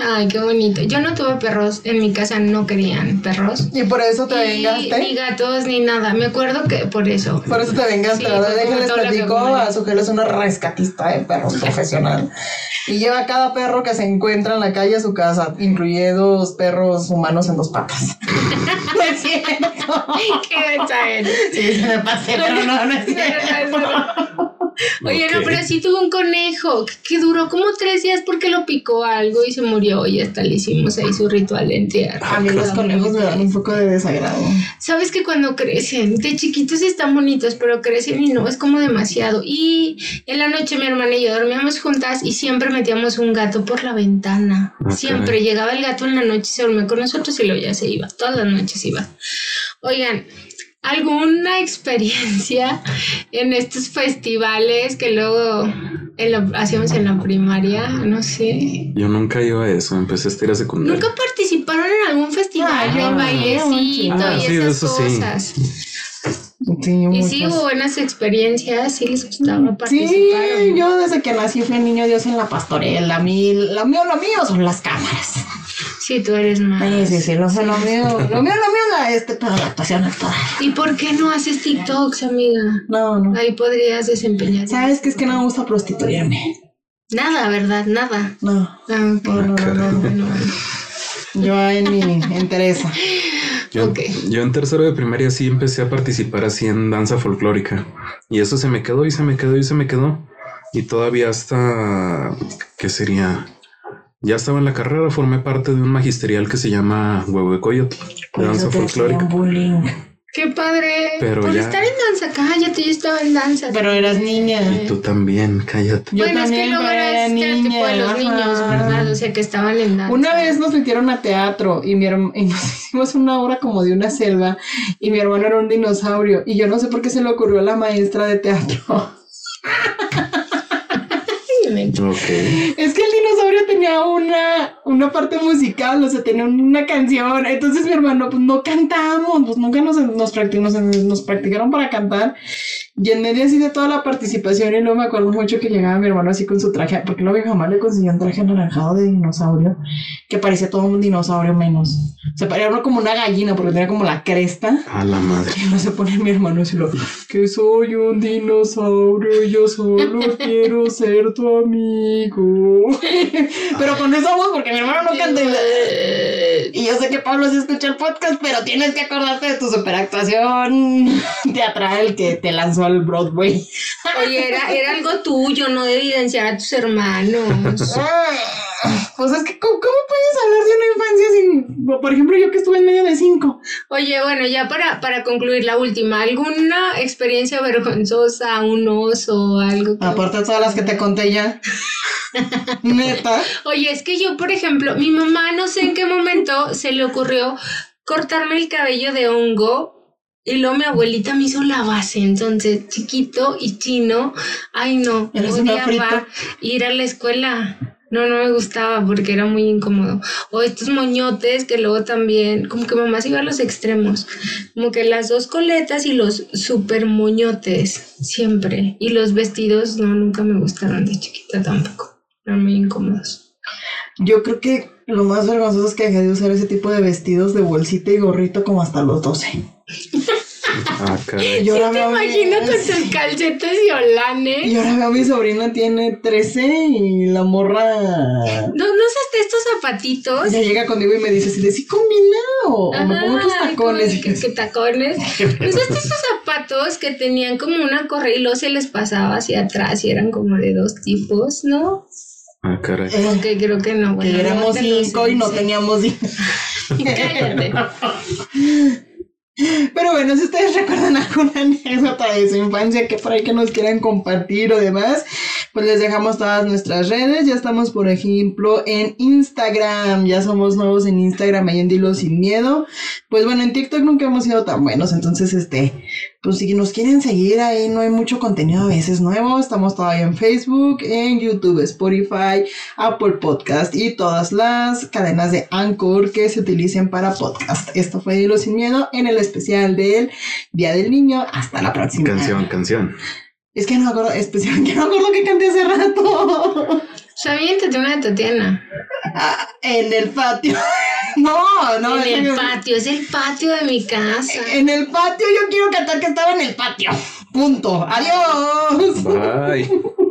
Speaker 2: Ay, qué bonito. Yo no tuve perros, en mi casa no querían perros.
Speaker 1: Y por eso te
Speaker 2: Y- ni
Speaker 1: vengaste.
Speaker 2: gatos ni nada. Me acuerdo que
Speaker 1: [laughs]
Speaker 2: por eso.
Speaker 1: Por eso te vengaste,
Speaker 2: Sí,
Speaker 1: ¿verdad?
Speaker 2: fue como
Speaker 1: Déjenles
Speaker 2: todo lo que
Speaker 1: platico
Speaker 2: acumulé.
Speaker 1: a su que él es una rescatista de perros profesional. Y lleva a cada perro que se encuentra en la calle a su casa, incluidos perros humanos en dos patas. No es cierto.
Speaker 2: qué gacha eres.
Speaker 1: Sí, se me pasé, pero no, no es cierto.
Speaker 2: Oye, no,
Speaker 3: Ok.
Speaker 2: pero sí tuvo un conejo que, que duró como tres días porque lo picó algo y se murió y hasta le hicimos ahí su ritual de entierro.
Speaker 1: A mí Ah, los conejos me dan un poco de desagrado.
Speaker 2: Sabes que cuando crecen, de chiquitos están bonitos, pero crecen y no es como demasiado. Y en la noche mi hermana y yo dormíamos juntas y siempre metíamos un gato por la ventana.
Speaker 3: Ok.
Speaker 2: Siempre llegaba el gato en la noche, se dormía con nosotros y luego ya se iba. Todas las noches iba. Oigan, ¿alguna experiencia en estos festivales que luego en la- hacíamos en la primaria? No sé.
Speaker 3: Yo nunca iba a eso, empecé a ir a secundaria.
Speaker 2: ¿Nunca participaron en algún festival
Speaker 1: Ah,
Speaker 2: de bailecito
Speaker 1: no,
Speaker 3: ah,
Speaker 2: y
Speaker 3: sí, de
Speaker 2: esas
Speaker 3: eso sí.
Speaker 2: cosas?
Speaker 1: Sí,
Speaker 2: Y sí
Speaker 1: muchas.
Speaker 2: hubo buenas experiencias, sí les gustaba participar.
Speaker 1: Sí, yo desde que nací fui niño Dios en la pastorela. Mi, lo mío, lo mío son las cámaras.
Speaker 2: Sí, tú eres más.
Speaker 1: Sí, Ah, sí, sí, lo, lo mío, lo mío, lo mío es la, este, pero la actuación actuada.
Speaker 2: ¿Y por qué no haces TikToks, amiga?
Speaker 1: No, no.
Speaker 2: Ahí podrías desempeñarte.
Speaker 1: ¿Sabes qué? Es que no me gusta prostituirme.
Speaker 2: Nada, ¿verdad? Nada.
Speaker 1: No,
Speaker 2: Ah, ok.
Speaker 1: no, no, no, no.
Speaker 2: Bueno, bueno.
Speaker 1: Yo en mi en Teresa.
Speaker 3: Yo,
Speaker 2: Ok.
Speaker 3: yo en tercero de primaria sí empecé a participar así en danza folclórica. Y eso se me quedó y se me quedó y se me quedó. Y todavía hasta, ¿qué sería? Ya estaba en la carrera, formé parte de un magisterial que se llama Huevo de Coyote, de danza folclórica.
Speaker 1: bullying.
Speaker 2: Qué padre.
Speaker 3: Pero
Speaker 2: por
Speaker 3: ya-
Speaker 2: estar en danza, cállate, yo estaba en danza.
Speaker 1: Pero eras niña.
Speaker 3: Y tú también, cállate.
Speaker 1: Yo
Speaker 2: bueno, es que
Speaker 1: también
Speaker 2: luego
Speaker 1: era
Speaker 2: era este tipo de los
Speaker 1: niña,
Speaker 2: niños,
Speaker 1: ajá.
Speaker 2: ¿verdad? O sea, que estaban en danza.
Speaker 1: Una vez nos metieron a teatro y, mi herma- y [laughs] nos hicimos una obra como de una selva y mi hermano era un dinosaurio y yo no sé por qué se le ocurrió a la maestra de teatro.
Speaker 2: Ay, me-
Speaker 3: Ok.
Speaker 1: Es que el dinosaurio tenía una, una parte musical, o sea, tenía una canción. Entonces mi hermano, pues no cantamos, pues nunca nos, nos, practi- nos, nos practicaron para cantar. Y en medio así de toda la participación, y luego me acuerdo mucho que llegaba mi hermano así con su traje, porque luego mi mamá le consiguió un traje anaranjado de dinosaurio, que parecía todo un dinosaurio menos. O sea, parecía uno como una gallina, porque tenía como la cresta.
Speaker 3: A la madre.
Speaker 1: Y no se pone mi hermano así lo que soy un dinosaurio y yo solo [laughs] quiero ser tu amigo. [laughs] pero con esa voz, porque mi hermano no canta. Y yo sé que Pablo sí escucha el podcast, pero tienes que acordarte de tu superactuación [laughs] teatral que te lanzó al Broadway. [laughs]
Speaker 2: Oye, era, era algo tuyo, no de evidenciar a tus hermanos.
Speaker 1: Pues es que, ¿cómo, cómo puedes hablar de una infancia sin. Por ejemplo, yo que estuve en medio de cinco.
Speaker 2: Oye, bueno, ya para, para concluir la última, ¿alguna experiencia vergonzosa, un oso, algo? que-
Speaker 1: Aparte de todas las que te conté [laughs] ya. Neta.
Speaker 2: Oye, es que yo, por ejemplo, mi mamá no sé en qué momento se le ocurrió cortarme el cabello de hongo y luego mi abuelita me hizo la base, entonces chiquito y chino, ay no,
Speaker 1: Eres una frita.
Speaker 2: odiaba ir a la escuela. No, no me gustaba porque era muy incómodo. O estos moñotes que luego también, como que mamá se iba a los extremos. Como que las dos coletas y los super moñotes, siempre. Y los vestidos, no, nunca me gustaron de chiquita tampoco. Eran muy incómodos.
Speaker 1: Yo creo que lo más vergonzoso es que dejé de usar ese tipo de vestidos de bolsita y gorrito como hasta los 12.
Speaker 3: Ah, caray.
Speaker 1: Yo
Speaker 2: Te
Speaker 1: [laughs]
Speaker 2: imagino con tus calcetas y
Speaker 1: Y
Speaker 2: olanes.
Speaker 1: ahora veo a mi sobrina tiene 13 y la morra
Speaker 2: No, no usaste estos zapatitos.
Speaker 1: se llega conmigo y me dice si de sí combina o, o me pongo
Speaker 2: Ajá,
Speaker 1: tus
Speaker 2: ay, como
Speaker 1: tacones.
Speaker 2: que- que tacones.
Speaker 1: [laughs]
Speaker 2: ¿No usaste estos zapatos que tenían como una correa y luego se les pasaba hacia atrás y eran como de dos tipos, ¿no?
Speaker 3: Ah, caray.
Speaker 1: Eh,
Speaker 2: Aunque creo que no. Bueno,
Speaker 1: que éramos
Speaker 2: no te los
Speaker 1: cinco y no
Speaker 2: sé.
Speaker 1: teníamos dinero.
Speaker 2: [laughs] Cállate.
Speaker 1: Pero bueno, si ustedes [laughs] recuerdan alguna anécdota de su infancia que por ahí que nos quieran compartir o demás, pues les dejamos todas nuestras redes. Ya estamos, por ejemplo, en Instagram. Ya somos nuevos en Instagram, ahí en Dilo Sin Miedo. Pues bueno, en TikTok nunca hemos sido tan buenos. Entonces, este, Pues si nos quieren seguir ahí, no hay mucho contenido a veces nuevo. Estamos todavía en Facebook, en YouTube, Spotify, Apple Podcast y todas las cadenas de Anchor que se utilicen para podcast. Esto fue Dilo Sin Miedo en el especial del Día del Niño. Hasta la próxima.
Speaker 3: Canción, canción.
Speaker 1: Es que no me acuerdo, especial, [laughs] que no me acuerdo que canté hace rato.
Speaker 2: Sabiéntate una de Tatiana.
Speaker 1: Ah, en el patio. [laughs] No, no,
Speaker 2: en
Speaker 1: es
Speaker 2: el
Speaker 1: que-
Speaker 2: patio, es el patio de mi casa.
Speaker 1: En el patio, yo quiero cantar que estaba en el patio. Punto. Adiós.
Speaker 3: Bye.